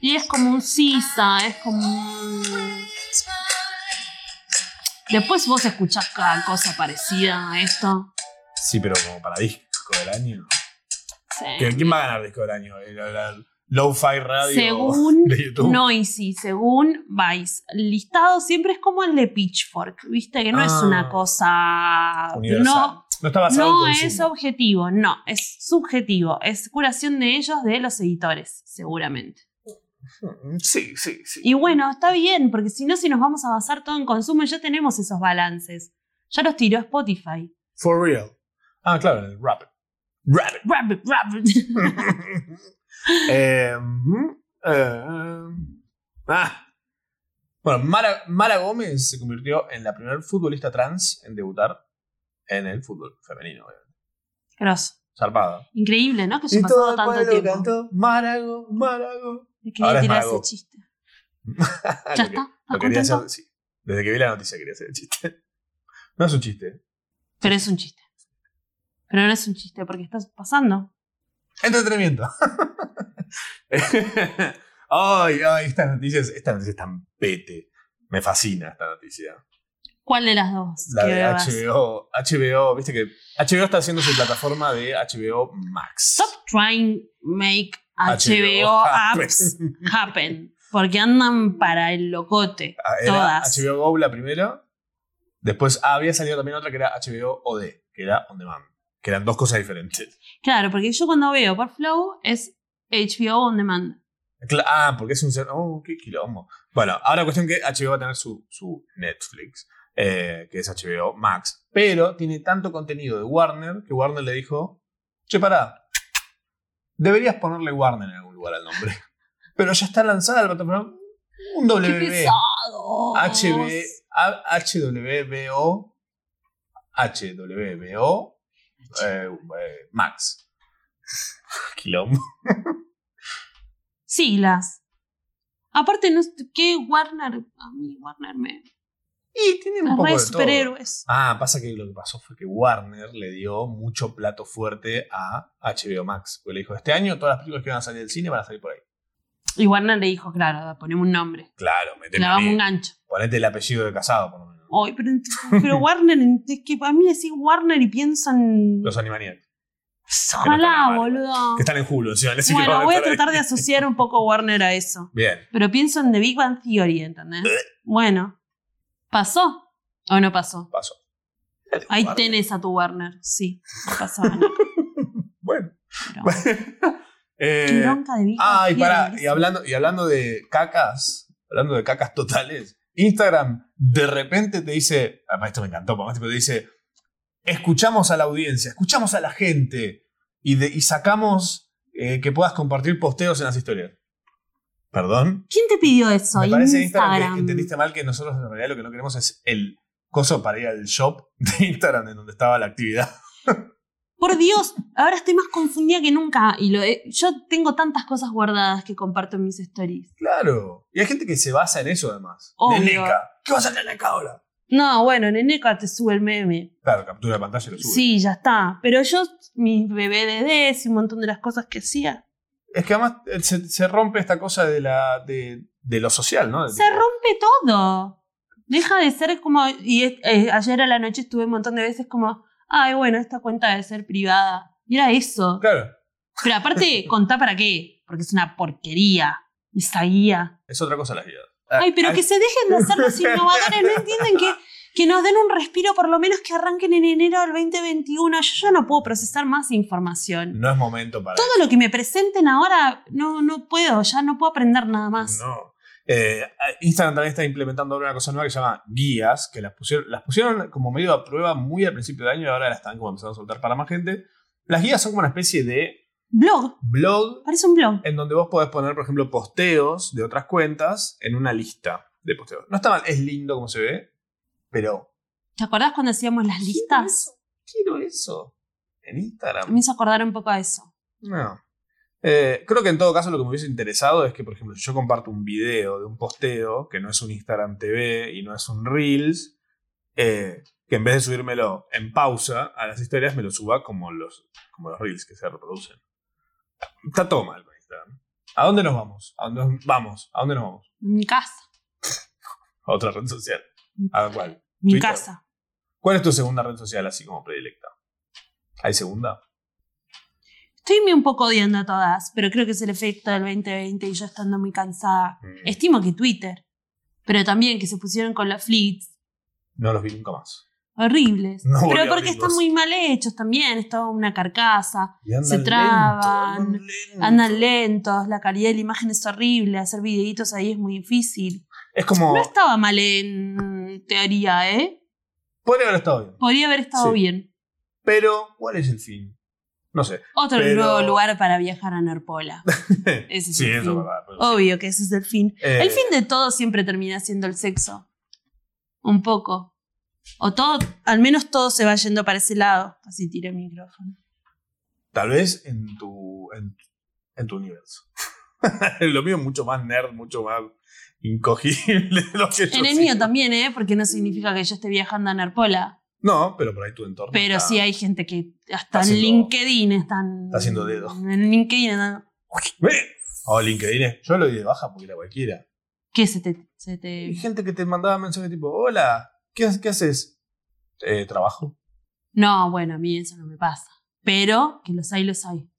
A: Y es como un sisa, es como un... Después vos escuchás cada cosa parecida a esto.
B: Sí, pero como para disco del año.
A: Sí.
B: ¿Quién quién va a ganar disco del año? ¿El- el- el Lo-Fi Radio
A: eh. Según
B: de YouTube.
A: Noisy, según Vice. Listado siempre es como el de Pitchfork, ¿viste? Que no es
B: Ah.
A: una cosa...
B: Universal.
A: No,
B: No está basado
A: No
B: en
A: es
B: consumo.
A: objetivo, no, es subjetivo, es curación de ellos, de los editores, seguramente.
B: Mm, Sí, sí, sí.
A: Y bueno, está bien, porque si no, si nos vamos a basar todo en consumo, ya tenemos esos balances. Ya los tiró Spotify.
B: For real. Ah, claro, en el rap. Rap.
A: Rap, rap.
B: Eh, eh, ah. Bueno, Mara, Mara Gómez se convirtió en la primera futbolista trans en debutar en el fútbol femenino. obviamente.
A: Grosso.
B: Zarpada.
A: Increíble, ¿no? Que haya pasado tanto tiempo.
B: Marago, Marago.
A: Y quería
B: Ahora es
A: tirar
B: mago.
A: ese chiste. Ya está.
B: Ah, Lo
A: ¿Estás
B: quería
A: contento?
B: hacer, sí. Desde que vi la noticia quería hacer el chiste. No es un chiste.
A: Pero es un chiste. Pero no es un chiste, porque estás pasando.
B: Entretenimiento. ay, ay, estas noticias, estas noticias tan pete. Me fascina esta noticia.
A: ¿Cuál de las dos?
B: La
A: que
B: de
A: bebas?
B: HBO. HBO, viste que HBO está haciendo su plataforma de HBO Max.
A: Stop trying make HBO,
B: happen.
A: apps happen. Porque andan para el locote.
B: Ah, Era
A: todas.
B: HBO Go la primera. Después había salido también otra que era HBO OD, que era On Demand. Que eran dos cosas diferentes.
A: Claro, porque yo cuando veo por Flow es HBO on demand.
B: Cla- Ah, porque es un... ser- Oh, qué quilombo. Bueno, ahora cuestión que HBO va a tener su, su Netflix, eh, que es HBO Max. Pero tiene tanto contenido de Warner que Warner le dijo, che, pará, deberías ponerle Warner en algún lugar al nombre. Pero ya está lanzada la plataforma. Un
A: ¡Qué
B: WB.
A: pesado!
B: HB, A- HWBO, HWBO, eh, eh, Max. Quilombo.
A: Siglas. Aparte, no, es- ¿qué Warner? A mí Warner me...
B: Y tiene un
A: Las
B: poco de
A: redes
B: todo.
A: superhéroes.
B: Ah, pasa que lo que pasó fue que Warner le dio mucho plato fuerte a HBO Max. Porque le dijo, este año todas las películas que van a salir del cine van a salir por ahí.
A: Y Warner le dijo, claro, ponemos un nombre.
B: Claro,
A: Le
B: metete,
A: damos un gancho.
B: ponete el apellido de casado, por lo menos.
A: Ay, pero, ent- pero Warner, ent- es que a mí decís Warner y piensan...
B: Los Animaniacs.
A: Ojalá,
B: mal.
A: boludo.
B: Que están en Hulu, encima. así que van
A: bueno,
B: a
A: voy a
B: estar ahí.
A: tratar de asociar un poco Warner a eso.
B: Bien.
A: Pero pienso en The Big Bang Theory,
B: Eh.
A: ¿entendés? Bueno. ¿Pasó o no pasó?
B: Pasó.
A: Ahí
B: Warner.
A: tenés a tu Warner, sí. No pasó. Ana,
B: Bueno.
A: pero-
B: Eh,
A: Qué bronca de Big Bang
B: Ah, y
A: Theory,
B: pará, y
A: buenísimo.
B: hablando, y hablando de cacas, hablando de cacas totales, Instagram de repente te dice, además esto me encantó, papá, tipo, te dice, escuchamos a la audiencia, escuchamos a la gente y, de- y sacamos eh, que puedas compartir posteos en las historias. ¿Perdón?
A: ¿Quién te pidió eso?
B: me parece Instagram que
A: Instagram.
B: entendiste mal que nosotros en realidad lo que no queremos es el coso para ir al shop de Instagram en donde estaba la actividad.
A: Por Dios, ahora estoy más confundida que nunca. Y lo he- yo tengo tantas cosas guardadas que comparto en mis stories.
B: Claro. Y hay gente que se basa en eso además.
A: Obvio.
B: Neneca. ¿Qué vas a hacer Neneca ahora?
A: No, bueno, Neneca te sube el meme.
B: Claro, captura de pantalla y lo sube.
A: Sí, ya está. Pero yo, mi bebé de DES y un montón de las cosas que hacía.
B: Es que además eh, se, se rompe esta cosa de la de, de lo social, ¿no?
A: Se rompe todo. Deja de ser como. Y es- eh, ayer a la noche estuve un montón de veces como. Ay, bueno, esta cuenta debe ser privada. Y era eso.
B: Claro.
A: Pero aparte, contá para qué. Porque es una porquería. Esa guía.
B: Es otra cosa la vida. Ah,
A: Ay, pero que se dejen de hacer los innovadores. No entienden que, que nos den un respiro, por lo menos que arranquen en enero del 2021. Yo ya no puedo procesar más información.
B: No es momento para
A: todo lo que me presenten ahora no, no puedo, ya no puedo aprender nada más.
B: No. Eh, Instagram también está implementando ahora una cosa nueva que se llama guías, que las pusieron, las pusieron como medio a prueba muy al principio del año y ahora las están como empezando a soltar para más gente. Las guías son como una especie de
A: Blog,
B: blog
A: parece un blog.
B: en donde vos podés poner, por ejemplo, posteos de otras cuentas en una lista de posteos. No está mal, es lindo como se ve, pero...
A: ¿Te acordás cuando hacíamos las listas?
B: Quiero eso. En Instagram.
A: Me hizo acordar un poco a eso.
B: No. Eh, creo que en todo caso lo que me hubiese interesado es que, por ejemplo, si yo comparto un video de un posteo que no es un Instagram TV y no es un Reels, eh, que en vez de subírmelo en pausa a las historias, me lo suba como los, como los Reels que se reproducen. Está todo mal con Instagram. ¿A dónde nos vamos? ¿A dónde nos vamos? ¿A dónde nos vamos?
A: Mi casa.
B: A otra red social. ¿A cuál?
A: Mi
B: Ah, Twitter.
A: casa.
B: ¿Cuál es tu segunda red social así como predilecta? ¿Hay segunda?
A: Estoy me un poco odiando a todas, pero creo que es el efecto del 2020 y yo estando muy cansada.
B: Mm,
A: Estimo que Twitter, pero también que se pusieron con los flits.
B: No los vi nunca más.
A: Horribles.
B: No volví
A: pero
B: a
A: porque
B: abrirlos.
A: están muy mal hechos también. Es toda una carcasa.
B: Y andan
A: Se traban,
B: lento, lento.
A: Andan lentos, la calidad de la imagen es horrible. Hacer videitos ahí es muy difícil.
B: Es como.
A: No estaba mal en teoría, ¿eh?
B: Podría haber estado bien.
A: Podría haber estado
B: Sí.
A: bien.
B: Pero, ¿cuál es el fin? No sé.
A: Otro
B: Pero-
A: nuevo lugar para viajar a Nerpola. Ese es
B: sí,
A: el
B: eso
A: fin.
B: es verdad. pero-
A: Obvio que ese es el fin.
B: Eh,
A: El fin de todo siempre termina siendo el sexo. Un poco. O todo, al menos todo se va yendo para ese lado. Así tiro el micrófono.
B: Tal vez en tu, en, en tu universo. lo mío es mucho más nerd, mucho más incogible de lo que yo
A: En el
B: sigo.
A: mío también, ¿eh? Porque no significa que yo esté viajando a Nerpola.
B: No, pero por ahí tu entorno.
A: Pero
B: está-
A: sí hay gente que hasta en
B: haciendo-
A: LinkedIn están.
B: está haciendo dedo.
A: En LinkedIn están.
B: ¡Eh! Oh, LinkedIn. es- Yo lo di de baja porque era cualquiera.
A: ¿Qué se te.? Se te...
B: Y gente que te mandaba mensajes tipo: Hola, ¿qué, ha- qué haces? Eh, trabajo.
A: No, bueno, a mí eso no me pasa. Pero que los hay, los hay.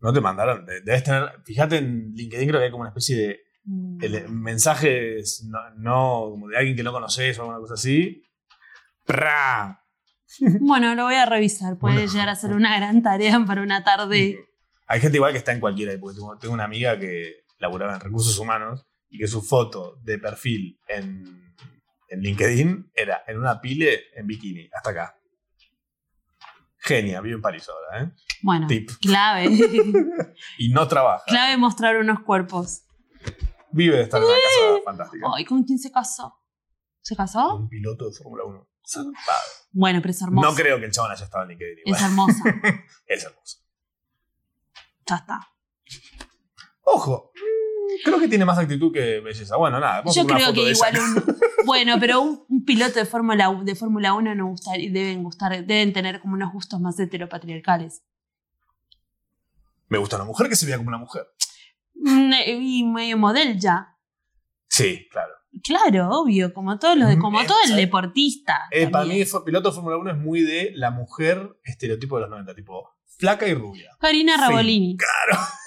B: No te mandaron. de- Debes tener. Fíjate en LinkedIn, creo que hay como una especie de
A: Mm.
B: el- eh, mensajes no, no, como de alguien que no conoces o alguna cosa así. ¡Pra!
A: Bueno, lo voy a revisar. Puede
B: Bueno.
A: llegar a ser una gran tarea para una tarde.
B: Hay gente igual que está en cualquiera, porque tengo, tengo una amiga que laburaba en recursos humanos y que su foto de perfil en, en LinkedIn era en una pile en bikini, hasta acá. Genia, vive en París ahora, ¿eh?
A: Bueno,
B: Tip.
A: clave.
B: Y no trabaja.
A: clave mostrar unos cuerpos.
B: Vive de estar en una casa fantástica.
A: Ay, ¿con quién se casó? ¿Se casó?
B: Un piloto de Fórmula 1.
A: Bueno, pero es hermosa.
B: No creo que el chabón haya estado en LinkedIn igual.
A: es hermosa.
B: Es hermoso.
A: ya está.
B: Ojo, mm, creo que tiene más actitud que belleza. Bueno, nada, vamos a
A: Yo
B: poner una
A: creo
B: foto
A: que
B: de
A: igual
B: ella.
A: un. Bueno, pero un, un piloto de Fórmula de Fórmula 1 no gustar, deben gustar, deben tener como unos gustos más heteropatriarcales.
B: Me gusta una mujer que se vea como una mujer.
A: Mm, Y medio model ya.
B: Sí, claro.
A: Claro, obvio, como todo, lo de, como
B: Mm,
A: todo el
B: eh,
A: deportista.
B: Eh, para
A: también.
B: mí, fo- piloto de Fórmula 1 es muy de la mujer estereotipo de los 90, tipo flaca y rubia.
A: Karina
B: Sí.
A: Rabolini.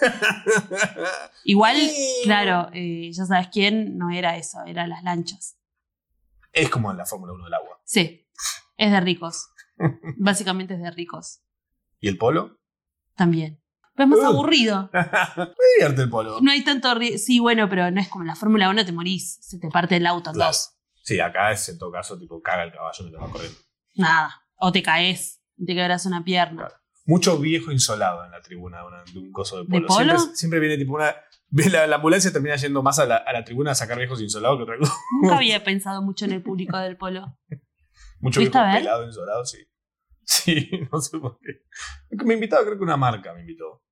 A: Igual,
B: Sí.
A: claro, eh, ya sabes quién, no era eso, eran las lanchas.
B: es como en la Fórmula 1 del agua.
A: Sí, es de ricos. Básicamente es de ricos
B: ¿Y el polo?
A: también. Pero es más
B: Uh.
A: aburrido.
B: Me divierte el polo.
A: No hay tanto. ri- Sí, bueno, pero no es como en la Fórmula 1, te morís, se te parte el auto en
B: Claro.
A: dos.
B: Sí, acá es en todo caso, tipo, caga el caballo mientras va corriendo.
A: Nada. O te caes, te quebras una pierna.
B: Claro. Mucho viejo insolado en la tribuna de, una- de un coso de polo.
A: ¿De polo?
B: Siempre, siempre viene tipo una. La, la ambulancia termina yendo más a la, a la tribuna a sacar viejos insolados que otra cosa.
A: Nunca había pensado mucho en el público del polo.
B: Mucho
A: ¿Fuiste
B: viejo
A: a ver?
B: pelado, insolado, sí. Sí, no sé por qué. Me invitaba, creo que una marca me invitó.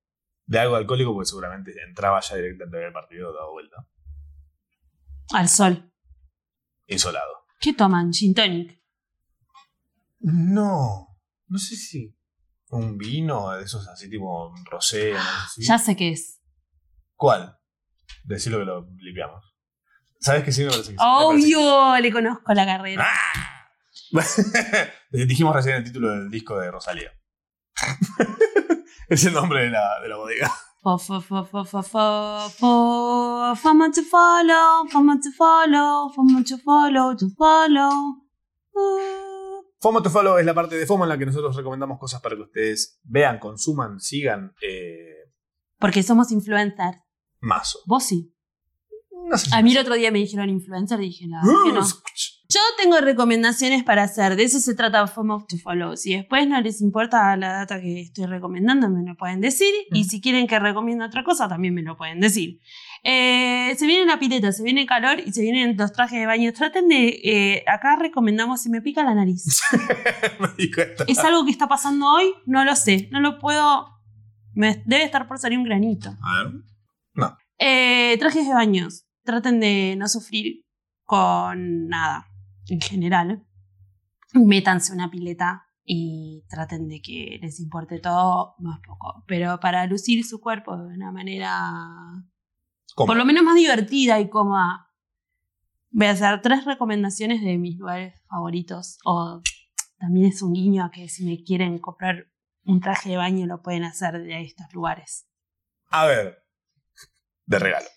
B: De algo alcohólico, porque seguramente entraba ya directamente en el partido, daba vuelta.
A: Al sol.
B: Insolado.
A: ¿Qué toman? Gin tonic.
B: No. No sé si. Un vino de esos así, tipo un rosé. no sé si-
A: Ya sé qué es.
B: ¿Cuál? Decirlo que lo limpiamos. ¿Sabes que sí me parece que sí? Me
A: Obvio, le conozco la carrera.
B: parece que- Dijimos recién el título del disco de Rosalía. es el nombre de la, de la bodega.
A: Fo, fo, fo, fo, fo, fo, fo. Fama to follow, fama to follow, fama to follow, to follow. Uh.
B: FOMO to Follow es la parte de FOMO en la que nosotros recomendamos cosas para que ustedes vean, consuman, sigan. Eh,
A: Porque somos influencers.
B: mazo.
A: Vos sí.
B: No sé si-
A: A mí el otro día me dijeron influencer y dije, la verdad que
B: Uh,
A: Ah, no.
B: escuch-
A: Yo tengo recomendaciones para hacer, de eso se trata FOMO to Follow. Si después no les importa la data que estoy recomendando, me lo pueden decir. Y si quieren que recomiende otra cosa, también me lo pueden decir. Eh, se viene la pileta, se viene el calor y se vienen los trajes de baño. Traten de. eh, acá recomendamos si me pica la nariz.
B: Me di cuenta.
A: ¿Es algo que está pasando hoy? No lo sé. No lo puedo. me- debe estar por salir un granito.
B: A ver.
A: Eh, trajes de baños. Traten de no sufrir con nada, en general. Métanse una pileta y traten de que les importe todo más poco. Pero para lucir su cuerpo de una manera
B: ¿Cómo?
A: por lo menos más divertida y cómoda, voy a hacer tres recomendaciones de mis lugares favoritos. O también es un guiño a que si me quieren comprar un traje de baño lo pueden hacer de estos lugares.
B: A ver. De regalo.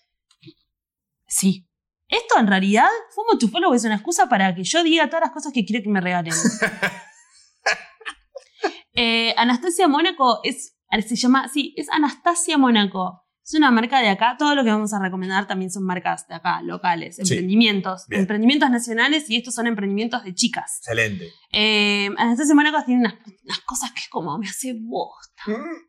A: Sí. Esto en realidad, Fumo tu follow es una excusa para que yo diga todas las cosas que quiero que me regalen. Eh, Anastasia Mónaco es, se llama, sí, es Anastasia Mónaco. Es una marca de acá. Todo lo que vamos a recomendar también son marcas de acá, locales,
B: Sí.
A: emprendimientos,
B: Bien.
A: emprendimientos nacionales y estos son emprendimientos de chicas.
B: Excelente.
A: Eh, Anastasia Mónaco tiene unas, unas cosas que es como me hace vos
B: Mm.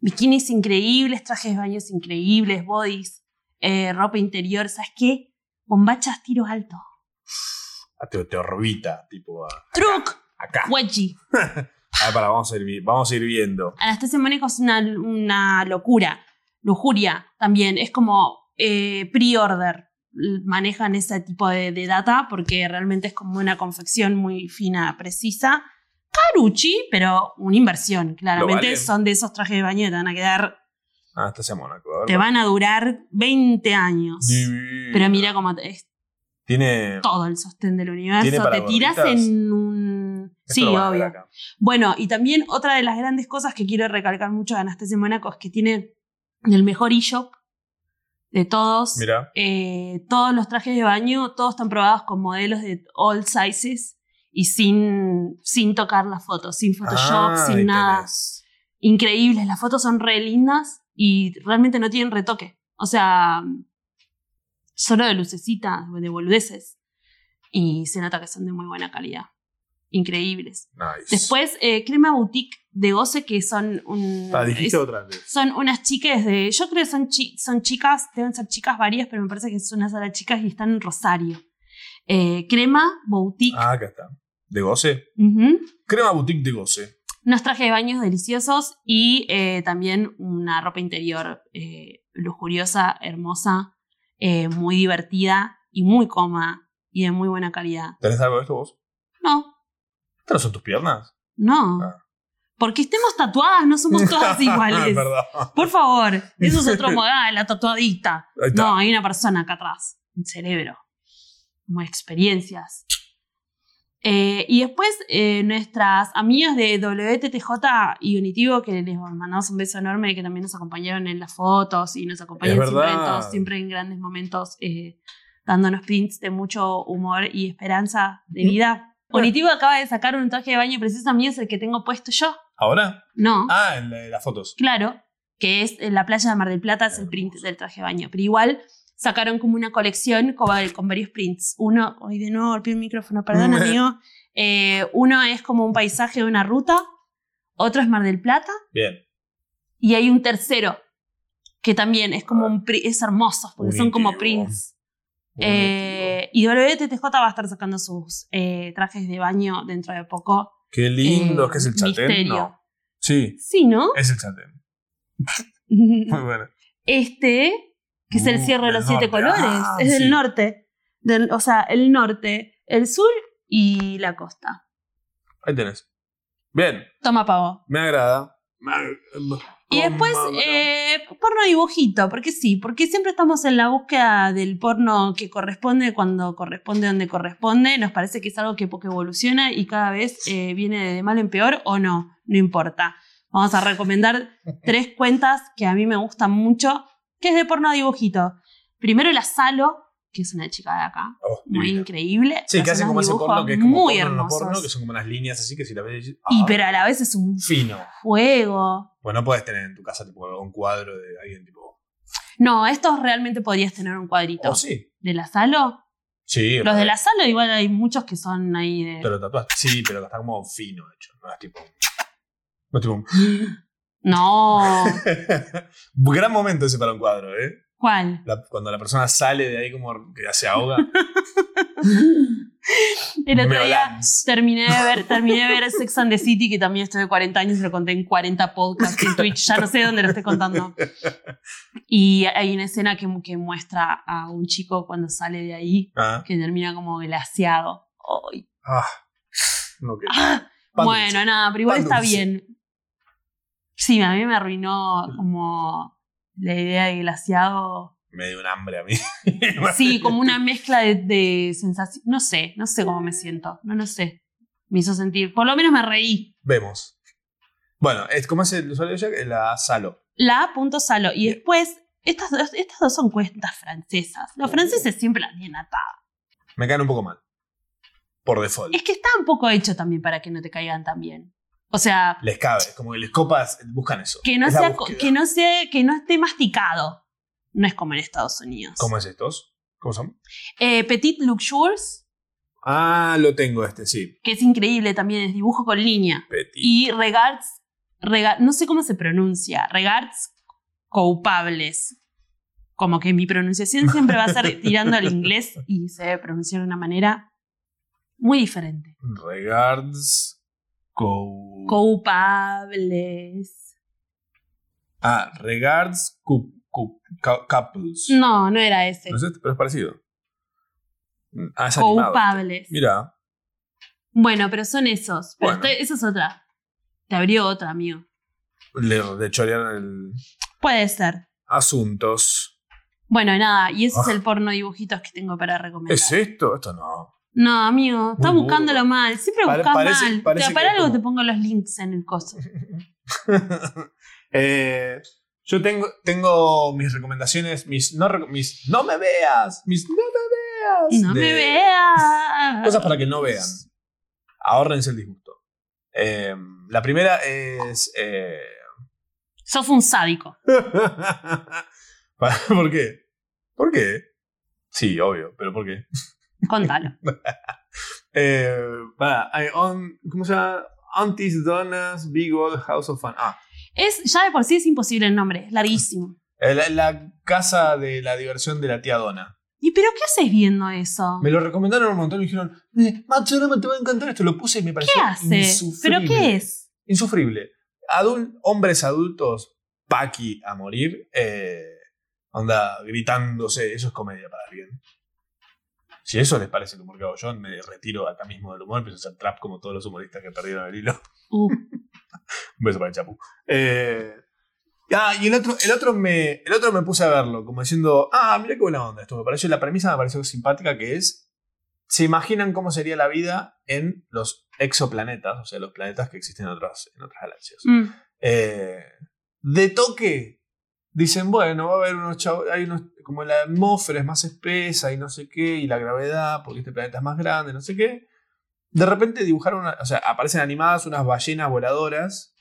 A: bikinis increíbles, trajes de baños increíbles, bodies, eh, ropa interior, ¿sabes qué? Bombachas tiro alto.
B: Ah, Te, te orbita, tipo a-
A: Truc,
B: acá.
A: wedgie.
B: A ver, para, vamos a ir, vi- vamos a ir viendo.
A: Anastasia Mónaco es una, una locura, lujuria también, es como eh, pre-order. L- Manejan ese tipo de, de data porque realmente es como una confección muy fina, precisa. Caruchi, pero una inversión, claramente.
B: vale.
A: Son de esos trajes de baño que te van a quedar,
B: Ah, estás en Mónaco. a ver,
A: te van a durar 20 años.
B: Divino.
A: Pero mira cómo te- es
B: Tiene.
A: todo el sostén del universo.
B: ¿Tiene para
A: Te tiras
B: gorditas?
A: en un.
B: esto
A: sí,
B: lo van a ver
A: obvio.
B: acá.
A: Bueno, y también otra de las grandes cosas que quiero recalcar mucho de Anastasia Mónaco es que tiene el mejor e-shop de todos.
B: Mira.
A: Eh, todos los trajes de baño, todos están probados con modelos de all sizes y sin, sin tocar las fotos, sin Photoshop,
B: Ah, ahí
A: sin nada
B: tenés.
A: increíbles, las fotos son re lindas y realmente no tienen retoque. O sea, solo de lucecitas, de boludeces. Y se nota que son de muy buena calidad. Increíbles.
B: Nice.
A: Después, eh, Crema Boutique de Goce, que son un.
B: Ah, dijiste
A: es-
B: otra vez.
A: son unas chicas de. Yo creo que son, chi- son chicas, deben ser chicas varias, pero me parece que son una sola chicas y están en Rosario. Eh, Crema Boutique.
B: Ah, acá está. De goce.
A: ujú.
B: Crema boutique de goce.
A: unos trajes de baños deliciosos y eh, también una ropa interior eh, lujuriosa, hermosa, eh, muy divertida y muy cómoda y de muy buena calidad.
B: ¿Tenés algo de esto vos?
A: No,
B: ¿Estas no son tus piernas?
A: no.
B: Ah.
A: Porque estemos tatuadas, no somos todas iguales.
B: Perdón.
A: Por favor, eso es otro modal, la tatuadita.
B: Ahí está.
A: No, hay una persona acá atrás, un cerebro, como experiencias. Eh, y después eh, nuestras amigas de WTTJ y Unitivo, que les mandamos un beso enorme, que también nos acompañaron en las fotos y nos acompañan
B: Es
A: siempre en,
B: verdad.
A: todos- siempre en grandes momentos, eh, dándonos prints de mucho humor y esperanza
B: ¿Mm?
A: de vida. Unitivo acaba de sacar un traje de baño preciso mío, es el que tengo puesto yo.
B: ¿Ahora?
A: No.
B: Ah, en la- en las fotos.
A: Claro, que es en la playa de Mar del Plata, es el print del traje de baño. Pero igual sacaron como una colección con, con varios prints. Uno, hoy de nuevo golpeé el micrófono,
B: Mm.
A: perdón, amigo. Eh, uno es como un paisaje de una ruta, otro es Mar del Plata,
B: Bien.
A: y hay un tercero que también es como un pri- es hermoso, porque son como
B: Unitivo.
A: prints.
B: Ah. Un
A: Eh, y WTTJ va a estar sacando sus eh, trajes eh, de baño dentro de poco.
B: motivo. Qué lindo
A: eh,
B: que es el chatén.
A: misterio.
B: No. Sí,
A: Sí, ¿no?
B: es el chatén. Muy bueno.
A: Este, que es el
B: Uh,
A: cierre de
B: del
A: los siete
B: norte.
A: colores,
B: Ah,
A: es
B: sí.
A: del norte. Del- o sea, el norte, el sur y la costa.
B: Ahí tenés. Bien,
A: Toma pavo.
B: me agrada. Me ag-
A: Y después,
B: Como-
A: eh, porno dibujito, porque sí, porque siempre estamos en la búsqueda del porno que corresponde, cuando corresponde, donde corresponde. Nos parece que es algo que poco evoluciona y cada vez eh, viene de mal en peor o no, no importa. Vamos a recomendar tres cuentas que a mí me gustan mucho, que es de porno dibujito. Primero la Salo, que es una chica de acá,
B: Oh,
A: muy
B: divina.
A: increíble.
B: Sí, que
A: Hace unos
B: hacen como ese
A: dibujos
B: porno que es como
A: muy
B: porno no
A: hermosos.
B: porno, que son como unas líneas así que si la ves decís,
A: Y
B: ah,
A: pero a la vez es un
B: fino.
A: juego.
B: Bueno, no puedes tener en tu casa tipo un cuadro de alguien tipo.
A: No, estos realmente podrías tener un cuadrito.
B: Oh, sí.
A: ¿De la Salo?
B: Sí,
A: Los de la sala igual hay muchos que son ahí
B: te
A: de...
B: lo tatuaste. Sí, pero que está como fino hecho. No es tipo. No es tipo un.
A: No.
B: Gran momento ese para un cuadro, ¿eh?
A: ¿Cuál?
B: La- cuando la persona sale de ahí como que ya se ahoga.
A: El otro día
B: Meolans.
A: terminé de, ver, terminé de ver Sex and the City, que también estoy de 40 años y lo conté en 40 podcasts en Twitch. Ya no sé dónde lo estoy contando. Y hay una escena que, mu- que muestra a un chico cuando sale de ahí
B: Ah,
A: que termina como glaciado. Ay.
B: ah, no que.
A: Ah,
B: Pan
A: bueno,
B: dulce.
A: nada, pero igual
B: Pan
A: está
B: dulce.
A: bien. Sí, a mí me arruinó como la idea de glaciado.
B: Me dio un hambre a mí.
A: Sí, como una mezcla de, de sensaciones. No sé, no sé cómo me siento. No lo sé. Me hizo sentir. Por lo menos me reí.
B: Vemos. Bueno, es, ¿cómo es el usuario de Jack? La Salo.
A: La punto salo. Y después, estas dos, estas dos son cuentas francesas. Los franceses siempre las tienen atadas.
B: Me caen un poco mal. Por default.
A: Es que está un poco hecho también para que no te caigan tan bien. O sea,
B: Les cabe, es como que les copas, buscan eso.
A: que no,
B: Es la
A: sea, co-
B: búsqueda.
A: que, no sea, que no esté masticado. No es como en Estados Unidos.
B: ¿Cómo es estos? ¿Cómo son?
A: Eh, Petit Luxures,
B: Ah, lo tengo este, sí.
A: que es increíble también, es dibujo con línea.
B: Petit.
A: y regards, rega- no sé cómo se pronuncia, regards culpables. Como que mi pronunciación siempre va a ser tirando al inglés y se debe pronunciar de una manera muy diferente.
B: Regards. Co...
A: Culpables.
B: Ah, regards cu- cu- ca- couples.
A: No, no era ese.
B: No es este, pero es parecido. Ah, es animado.
A: Culpables.
B: Mira,
A: Bueno, pero son esos. Pero
B: Bueno.
A: este- esa es otra. Te abrió otra, amigo.
B: le, le chorearon el.
A: Puede ser.
B: Asuntos.
A: Bueno, nada, y ese
B: Ah.
A: es el porno dibujitos que tengo para recomendar.
B: ¿Es esto? Esto no.
A: No, amigo, está
B: Muy
A: buscándolo
B: burdo.
A: mal. Siempre
B: Pare-
A: buscas
B: parece-
A: mal.
B: parece
A: Pero para
B: que es
A: algo
B: como-
A: te pongo los links en el coso.
B: Eh, yo tengo, tengo mis recomendaciones, mis no, reco- mis no me veas, mis no me veas.
A: No
B: de
A: me veas.
B: Cosas para que no vean. Ahorrense el disgusto. Eh, la primera es... eh,
A: Sos un sádico.
B: ¿para- ¿Por qué? ¿Por qué? Sí, obvio, pero ¿por qué?
A: Contalo.
B: Eh, para, hay on- ¿Cómo se llama? Aunties, Donas, Big Old House of Fun. Ah,
A: Es, ya de por sí es imposible el nombre, es larguísimo.
B: eh, la, la casa de la diversión de la tía Donna.
A: ¿Y pero qué haces viendo eso?
B: Me lo recomendaron un montón y dijeron, eh, macho, no me te va a encantar esto. Lo puse y me pareció
A: ¿Qué hace?
B: insufrible.
A: ¿Pero qué es?
B: Insufrible. Adul- hombres adultos, paqui a morir, eh, onda gritándose. Eso es comedia para alguien. Si eso les parece el humor que hago yo, me retiro acá mismo del humor, empiezo a hacer trap como todos los humoristas que perdieron el hilo.
A: Uh,
B: Un beso para el Chapu. Eh, ah, y el otro, el, otro me, el otro me puse a verlo, como diciendo, ah, mira qué buena onda esto. Me pareció, la premisa me pareció simpática, que es, se imaginan cómo sería la vida en los exoplanetas, o sea, los planetas que existen en otras, en otras galaxias.
A: mm.
B: Eh, de toque, dicen, bueno, va a haber unos chavos, hay unos, como la atmósfera es más espesa y no sé qué, y la gravedad, porque este planeta es más grande, no sé qué. De repente dibujaron, una- o sea, aparecen animadas unas ballenas voladoras.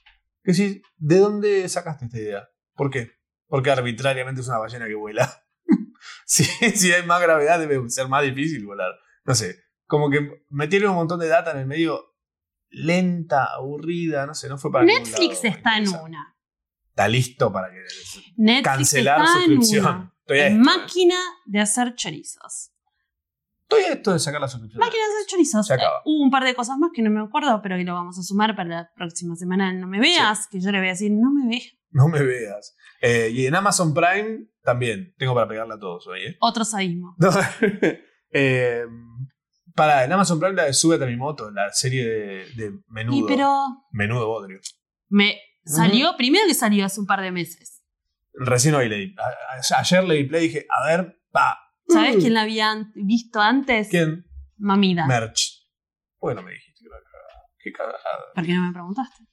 B: Que sí, ¿de dónde sacaste esta idea? ¿Por qué? Porque arbitrariamente es una ballena que vuela. si, si hay más gravedad, debe ser más difícil volar. No sé, como que metieron un montón de data en el medio lenta, aburrida, no sé, no fue para ningún
A: Netflix
B: lado
A: está en
B: interesante
A: una.
B: está listo para que
A: Netflix
B: cancelar
A: está en
B: suscripción.
A: una.
B: Estoy a
A: Es
B: esto, ¿eh?
A: máquina de hacer chorizos.
B: Estoy a esto de sacar la suscripción.
A: Máquinas de hacer chorizos.
B: Se acaba.
A: Eh, hubo un par de cosas más que no me acuerdo, pero que lo vamos a sumar para la próxima semana. en No me veas, que yo le voy a decir, no me veas.
B: No me veas. Eh, y en Amazon Prime también. Tengo para pegarla a todos hoy, ¿eh?
A: Otro sadismo.
B: No. Eh, para, en Amazon Prime la de Súbete a mi moto, la serie de, de menudo.
A: Y pero
B: Menudo bodrio.
A: me salió, primero que salió hace un par de meses.
B: Recién hoy leí. A- a- ayer leí play y dije, a ver, pa. Mm.
A: ¿Sabes quién la había an- visto antes?
B: ¿Quién?
A: Mamida.
B: Merch. Bueno, me dijiste que la cagada. Qué cagada.
A: ¿Por qué no me preguntaste?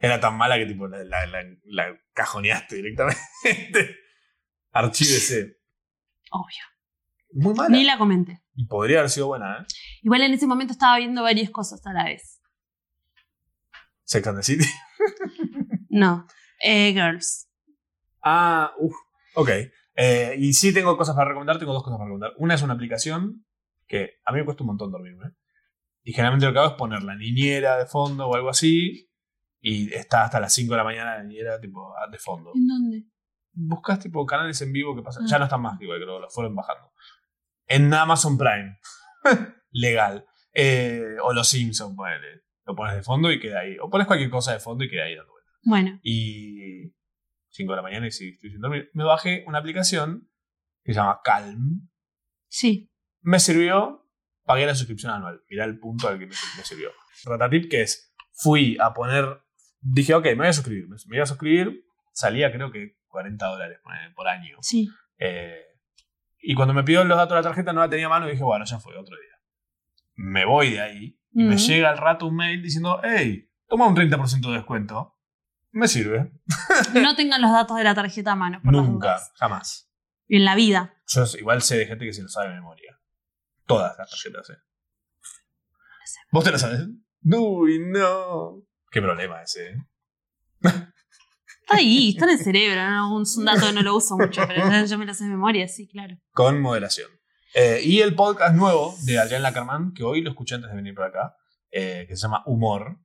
B: Era tan mala que tipo la, la- la- la cajoneaste directamente. Archívese.
A: Obvio.
B: Muy mala.
A: Ni la comenté.
B: Y podría haber sido buena, ¿eh?
A: Igual en ese momento estaba viendo varias cosas a la vez.
B: Sex and the City.
A: No. Eh, girls.
B: Ah, uff. Ok. Eh, y sí tengo cosas para recomendar, tengo dos cosas para recomendar. Una es una aplicación que a mí me cuesta un montón dormirme. Y generalmente lo que hago es poner la niñera de fondo o algo así. Y está hasta las 5 de la mañana la niñera tipo de fondo.
A: ¿En dónde?
B: Buscas tipo canales en vivo que pasan.
A: Ah.
B: Ya no están más, igual creo, los fueron bajando. En Amazon Prime. Legal. Eh, o los Simpsons, ponele. Lo pones de fondo y queda ahí. O pones cualquier cosa de fondo y queda ahí dando vueltas.
A: Bueno,
B: Y 5 de la mañana y si estoy sin dormir. Me bajé una aplicación que se llama Calm.
A: sí.
B: Me sirvió, pagué la suscripción anual. Mirá el punto al que me, me sirvió. Ratatip, que es, fui a poner, dije, ok, me voy a suscribir. Me, me iba a suscribir, salía creo que 40 dólares ponele, por año.
A: Sí.
B: Eh, y cuando me pidió los datos de la tarjeta no la tenía a mano y dije, bueno, ya fue, otro día. Me voy de ahí y me
A: Mm.
B: llega al rato un mail diciendo, hey, toma un 30% de descuento. Me sirve.
A: No tengan los datos de la tarjeta a mano. Por las
B: Nunca,
A: dudas.
B: jamás.
A: Y en la vida.
B: Yo s- igual sé de gente que se lo sabe de memoria. Todas las tarjetas, ¿eh?
A: sé.
B: ¿Vos te las sabes? Uy, no. Qué problema ese, ¿eh?
A: Está ahí, está en el cerebro. ¿no? Es un dato que no lo uso mucho, pero ya- yo me lo sé de memoria, sí, claro.
B: Con moderación. Eh, y el podcast nuevo de Adrián Lacarman, que hoy lo escuché antes de venir por acá, eh, que se llama Humor,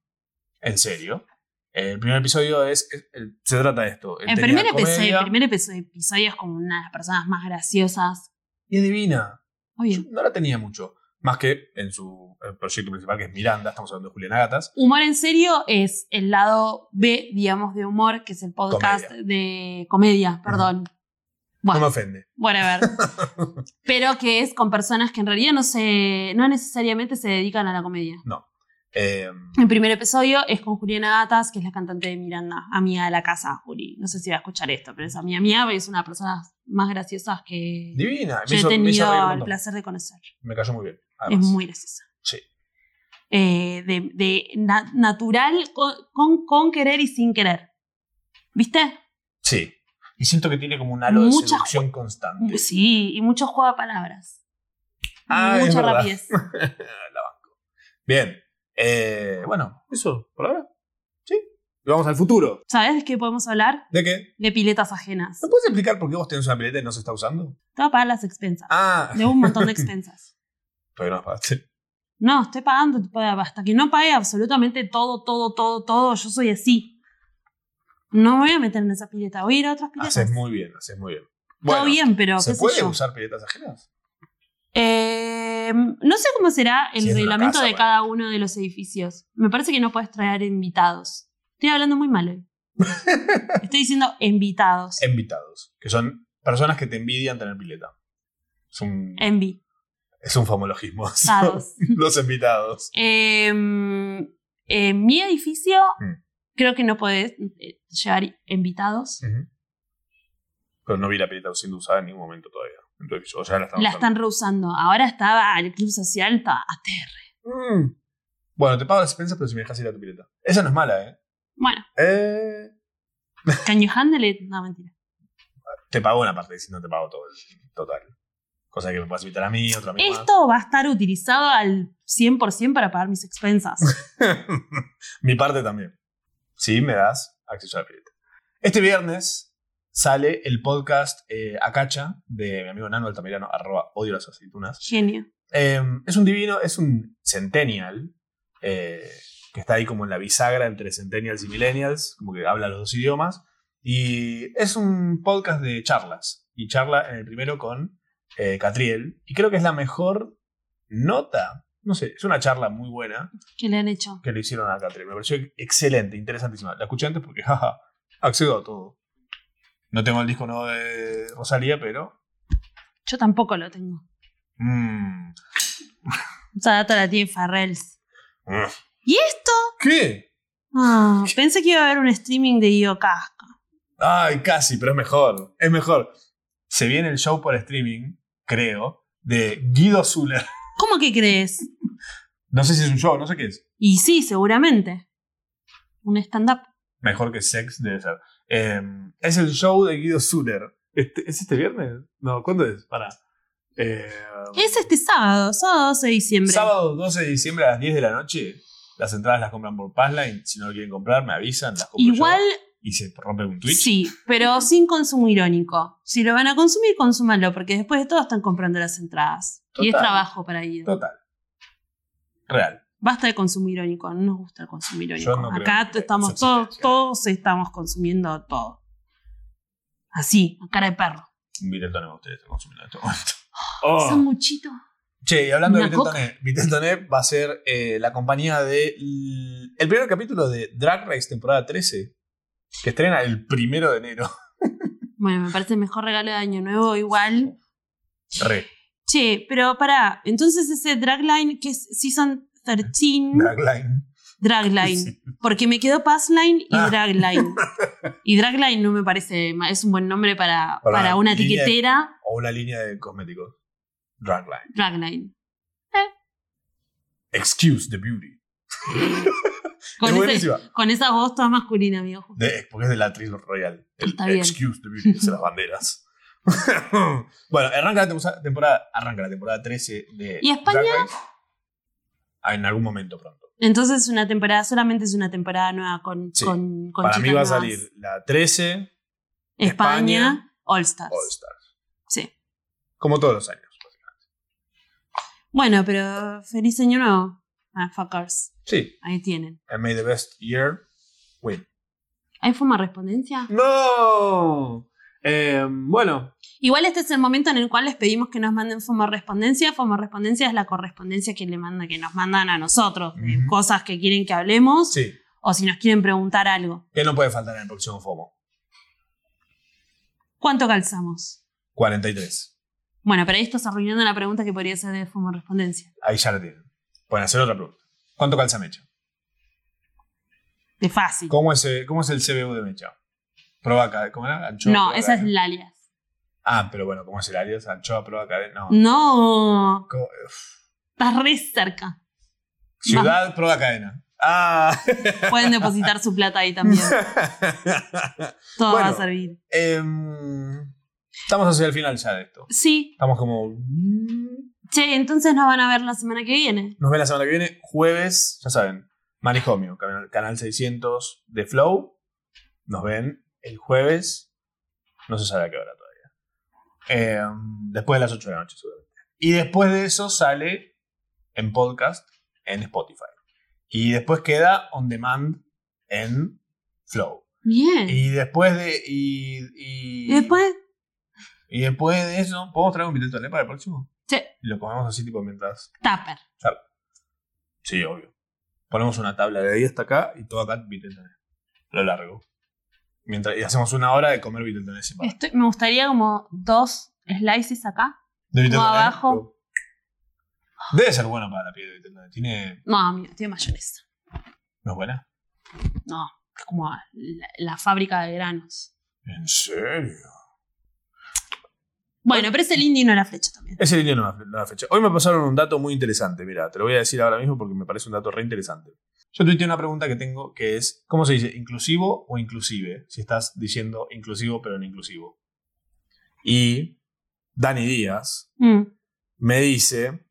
B: en serio. Eh, El primer episodio es, es- el- se trata de esto. Él
A: El
B: tenía
A: primer, episodio,
B: comedia,
A: el primer episodio, episodio es como una de las personas más graciosas.
B: Y es divina. Yo
A: Obvio.
B: no la tenía mucho. Más que en su eh, proyecto principal, que es Miranda, estamos hablando de Julián Agatas.
A: Humor en serio es el lado B, digamos, de humor, que es el podcast de comedia, perdón.
B: No me
A: Bueno,
B: ofende.
A: whatever. Pero que es con personas que en realidad no se, no necesariamente se dedican a la comedia.
B: Eh,
A: El primer episodio es con Juliana Gatas, que es la cantante de Miranda, amiga de la casa, Juli. No sé si va a escuchar esto, pero es amiga mía, es una de las personas más graciosas que
B: Divina. Me,
A: yo he
B: hizo, me hizo reír un
A: tenido el
B: montón.
A: placer de conocer.
B: Me cayó muy bien.
A: Es
B: además.
A: muy graciosa.
B: Sí.
A: Eh, de de na- natural con, con, con querer y sin querer. ¿Viste?
B: Sí. Y siento que tiene como un halo de
A: Mucha
B: seducción constante.
A: Sí, y mucho juego de palabras.
B: Ah, es
A: Mucha
B: verdad.
A: rapidez.
B: La banco. Bien. Eh, bueno, eso, por ahora. Sí. Y vamos al futuro.
A: ¿Sabes qué podemos hablar?
B: ¿De qué?
A: De piletas ajenas.
B: ¿Me puedes explicar por qué vos tenés una pileta y no se está usando?
A: Te voy a pagar las expensas.
B: Ah,
A: De un montón de expensas.
B: todavía no las pagaste.
A: No, estoy pagando, pa- hasta que no pague absolutamente todo, todo, todo, todo, yo soy así. No me voy a meter en esa pileta, voy a ir a otras piletas.
B: Haces muy bien, haces muy bien.
A: Todo bien, pero
B: ¿Se
A: qué
B: puede
A: sé yo.
B: usar piletas ajenas?
A: Eh, no sé cómo será el
B: Si es una
A: reglamento
B: casa,
A: de
B: bueno.
A: cada uno de los edificios. Me parece que no puedes traer invitados. Estoy hablando muy mal hoy. Estoy diciendo invitados.
B: Em, Invitados, que son personas que te envidian tener pileta. Es un,
A: Envi.
B: es un famologismo.
A: Dados.
B: Los invitados.
A: Eh, en mi edificio
B: Mm.
A: creo que no puedes eh, llevar invitados.
B: Ujú. Pero no vi la pileta siendo usada en ningún momento todavía. Entonces, o sea, la están
A: La
B: usando.
A: están reusando. Ahora estaba el club social, estaba ATR.
B: Mm. Bueno, te pago las expensas, pero si me dejas ir a tu pileta. Esa no es mala, ¿eh?
A: Bueno,
B: Eh,
A: Caño Handle, no mentira.
B: Te pago una parte, si no te pago todo el total. Cosa que me puedas invitar a mí, otra a mí más.
A: Esto va a estar utilizado al 100% para pagar mis expensas.
B: Mi parte también. Sí, me das acceso a la pileta. Este viernes sale el podcast eh, Acacha de mi amigo Nano Altamirano, arroba odio las aceitunas.
A: Genio.
B: Eh, es un divino, es un centennial, eh, que está ahí como en la bisagra entre centennials y millennials, como que habla los dos idiomas. Y es un podcast de charlas. Y charla en el eh, primero con eh, Catriel, y creo que es la mejor nota. No sé, es una charla muy buena
A: ¿Qué le han hecho?
B: que le hicieron a Catriel. Me pareció excelente, interesantísima. La escuché antes porque, jaja, accedo a todo. No tengo el disco nuevo de Rosalía, pero.
A: Yo tampoco lo tengo.
B: mm,
A: Esa data la tiene Farrells.
B: mm.
A: ¿Y esto?
B: ¿Qué?
A: Ah, pensé que iba a haber un streaming de Iocasca.
B: Ay, casi, pero es mejor. Es mejor. Se viene el show por streaming, creo, de Guido Zuller.
A: ¿Cómo que crees?
B: No sé si es un show, no sé qué es.
A: Y sí, seguramente. Un stand-up.
B: Mejor que Sex debe ser. Eh, es el show de Guido Zuller. Este- ¿Es este viernes? No, ¿cuándo es? Pará. Eh,
A: Es este sábado, sábado 12 de diciembre.
B: sábado 12 de diciembre a las 10 de la noche. Las entradas las compran por Passline. Si no lo quieren comprar, me avisan. Las compro yo.
A: Igual,
B: y se rompe un Twitch.
A: sí, pero sin consumo irónico. Si lo van a consumir, consúmanlo, porque después de todo están comprando las entradas. Y es
B: Total.
A: trabajo para ir.
B: Total. Real.
A: Basta de consumo irónico, no nos gusta el consumo irónico.
B: Yo no creo
A: Acá
B: que
A: estamos
B: esa
A: todos,
B: existencia.
A: todos estamos consumiendo todo. Así, a cara de perro.
B: Vitel Toné me gustaría estar consumiendo en este momento. Oh.
A: Sanguchito.
B: Che, y hablando de
A: Una
B: Vitel Toné, Vitel Toné va a ser eh, la compañía de. l- El primer capítulo de Drag Race, temporada 13, que estrena el primero de enero.
A: Bueno, me parece el mejor regalo de Año Nuevo igual.
B: Re.
A: Che, pero pará, entonces ese dragline que es Season 13,
B: Dragline.
A: dragline. Porque me quedó Passline y
B: Ah.
A: dragline. Y dragline no me parece, ma- es un buen nombre para,
B: Para
A: para, una
B: línea-
A: etiquetera,
B: O una línea de cosméticos. Dragline.
A: dragline.
B: Excuse the beauty. es
A: Con, ese-
B: buenísima.
A: con esa voz toda masculina, amigo.
B: De- porque es de la actriz royal. El
A: Está bien.
B: Excuse the beauty, de las banderas. bueno, arranca la tem- temporada. Arranca la temporada 13 de.
A: ¿Y España?
B: Drag Race. Ah, en algún momento pronto.
A: Entonces una temporada, solamente es una temporada nueva con,
B: Sí.
A: con, con
B: Para
A: chicas
B: mí va a
A: nuevas.
B: salir la 13
A: España,
B: España,
A: All Stars.
B: All Stars.
A: Sí.
B: Como todos los años.
A: Bueno, pero feliz año nuevo, fuckers.
B: Sí.
A: Ahí tienen.
B: And may the best year win.
A: ¿Hay forma de respondencia?
B: ¡No! Eh, bueno.
A: Igual este es el momento en el cual les pedimos que nos manden forma de respondencia. Forma de respondencia es la correspondencia que le manda, que nos mandan a nosotros, de
B: Ujú.
A: cosas que quieren que hablemos
B: Sí.
A: o si nos quieren preguntar algo.
B: Que no puede faltar en el próximo FOMO.
A: ¿Cuánto calzamos?
B: 43.
A: Bueno, pero ahí estás arruinando la pregunta que podría ser de forma de respondencia.
B: Ahí ya lo tienen. Pueden hacer otra pregunta. ¿Cuánto calza Mecha?
A: De fácil.
B: ¿Cómo es, eh, cómo es el CBU de Mecha? Proba acá. ¿Cómo era? Anchoa.
A: no,
B: proba
A: esa es
B: cadena.
A: la alias.
B: Ah, pero bueno, ¿cómo es el alias? Anchoa, prueba cadena. No.
A: Mm. No,
B: ¿Cómo? Uf.
A: estás re cerca.
B: Ciudad, prueba cadena. Ah.
A: Pueden depositar su plata ahí también. Todo va a
B: Bueno.
A: servir.
B: Em, estamos hacia el final ya de esto.
A: Sí.
B: Estamos como. mm,
A: Che, entonces nos van a ver la semana que viene.
B: Nos ven la semana que viene, jueves, ya saben, Manicomio, canal, canal 600 de Flow. Nos ven el jueves, no se sabe a qué hora todavía. Em, después de las 8 de la noche, seguramente. Y después de eso sale en podcast en Spotify. Y después queda on demand en Flow.
A: Bien. Y,
B: Y después de. Y, y-
A: Mm. después,
B: Y después de eso, ¿podemos traer un vitel toné para el próximo?
A: Sí.
B: Y lo comemos así, tipo mientras.
A: Tupper.
B: Sí, obvio. Ponemos una tabla de ahí hasta acá y todo acá vitel toné. Lo largo. Mientras, y hacemos una hora de comer vitel toné sin parar.
A: Estoy- me gustaría como dos slices acá.
B: De vitel
A: como
B: toné,
A: abajo.
B: pero- Debe ser bueno para la piel de vitel toné. Tiene.
A: No, amigo, tiene mayonesa.
B: ¿No es buena?
A: No, es como la, la fábrica de granos.
B: ¿En serio?
A: Bueno, pero es el indio y no la flecha también.
B: Ese línea no me- no la fecha. Hoy me pasaron un dato muy interesante, mira, te lo voy a decir ahora mismo porque me parece un dato re interesante. Yo tuiteé una pregunta que tengo que es, ¿cómo se dice? ¿Inclusivo o inclusive? Si estás diciendo inclusivo pero no inclusivo. Y Dani Díaz
A: Mm.
B: me dice,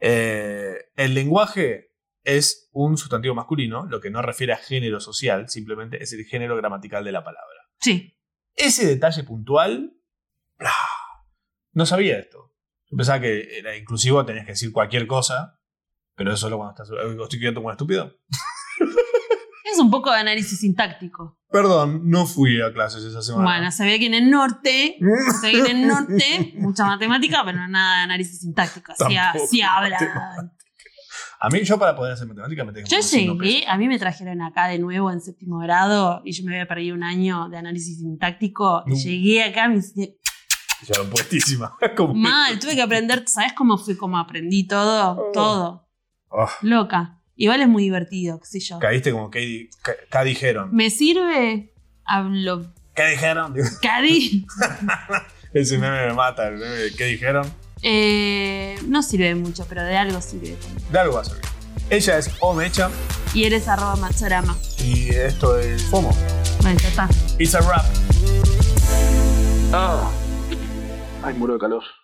B: eh, el lenguaje es un sustantivo masculino, lo que no refiere a género social, simplemente es el género gramatical de la palabra.
A: Sí.
B: Ese detalle puntual. ¡bla! No sabía esto. Yo pensaba que era inclusivo, tenías que decir cualquier cosa. Pero eso solo cuando estás. eh, Estoy quedando como un estúpido.
A: Es un poco de análisis sintáctico.
B: Perdón, no fui a clases esa
A: Bueno,
B: semana.
A: sabía que en el norte, sabía que en el norte, mucha matemática, pero nada de análisis sintáctico. Hacía,
B: Tampoco
A: hacía hablar.
B: matemática. A mí, yo para poder hacer matemática me tengo que
A: Yo
B: poner signo
A: llegué,
B: peso.
A: a mí me trajeron acá de nuevo en séptimo grado y yo me había perdido un año de análisis sintáctico. y
B: No.
A: Llegué acá, me hice
B: Ya, puestísima. Como-
A: mal, tuve que aprender, ¿sabes cómo fui? Cómo aprendí todo,
B: Oh.
A: todo.
B: Oh,
A: Loca. Igual es muy divertido, qué sé yo.
B: caíste como que ¿Qué dijeron?
A: ¿Me sirve? Hablo.
B: ¿Qué dijeron?
A: Cari.
B: Ese meme me mata, el meme de ¿qué dijeron?
A: Eh, no sirve de mucho, pero de algo sirve.
B: De algo va a servir. Ella es Omecha
A: Y eres arroba machorama.
B: y esto es FOMO.
A: Bueno, ya está.
B: It's a rap.
C: Ah. Ay, muro de calor.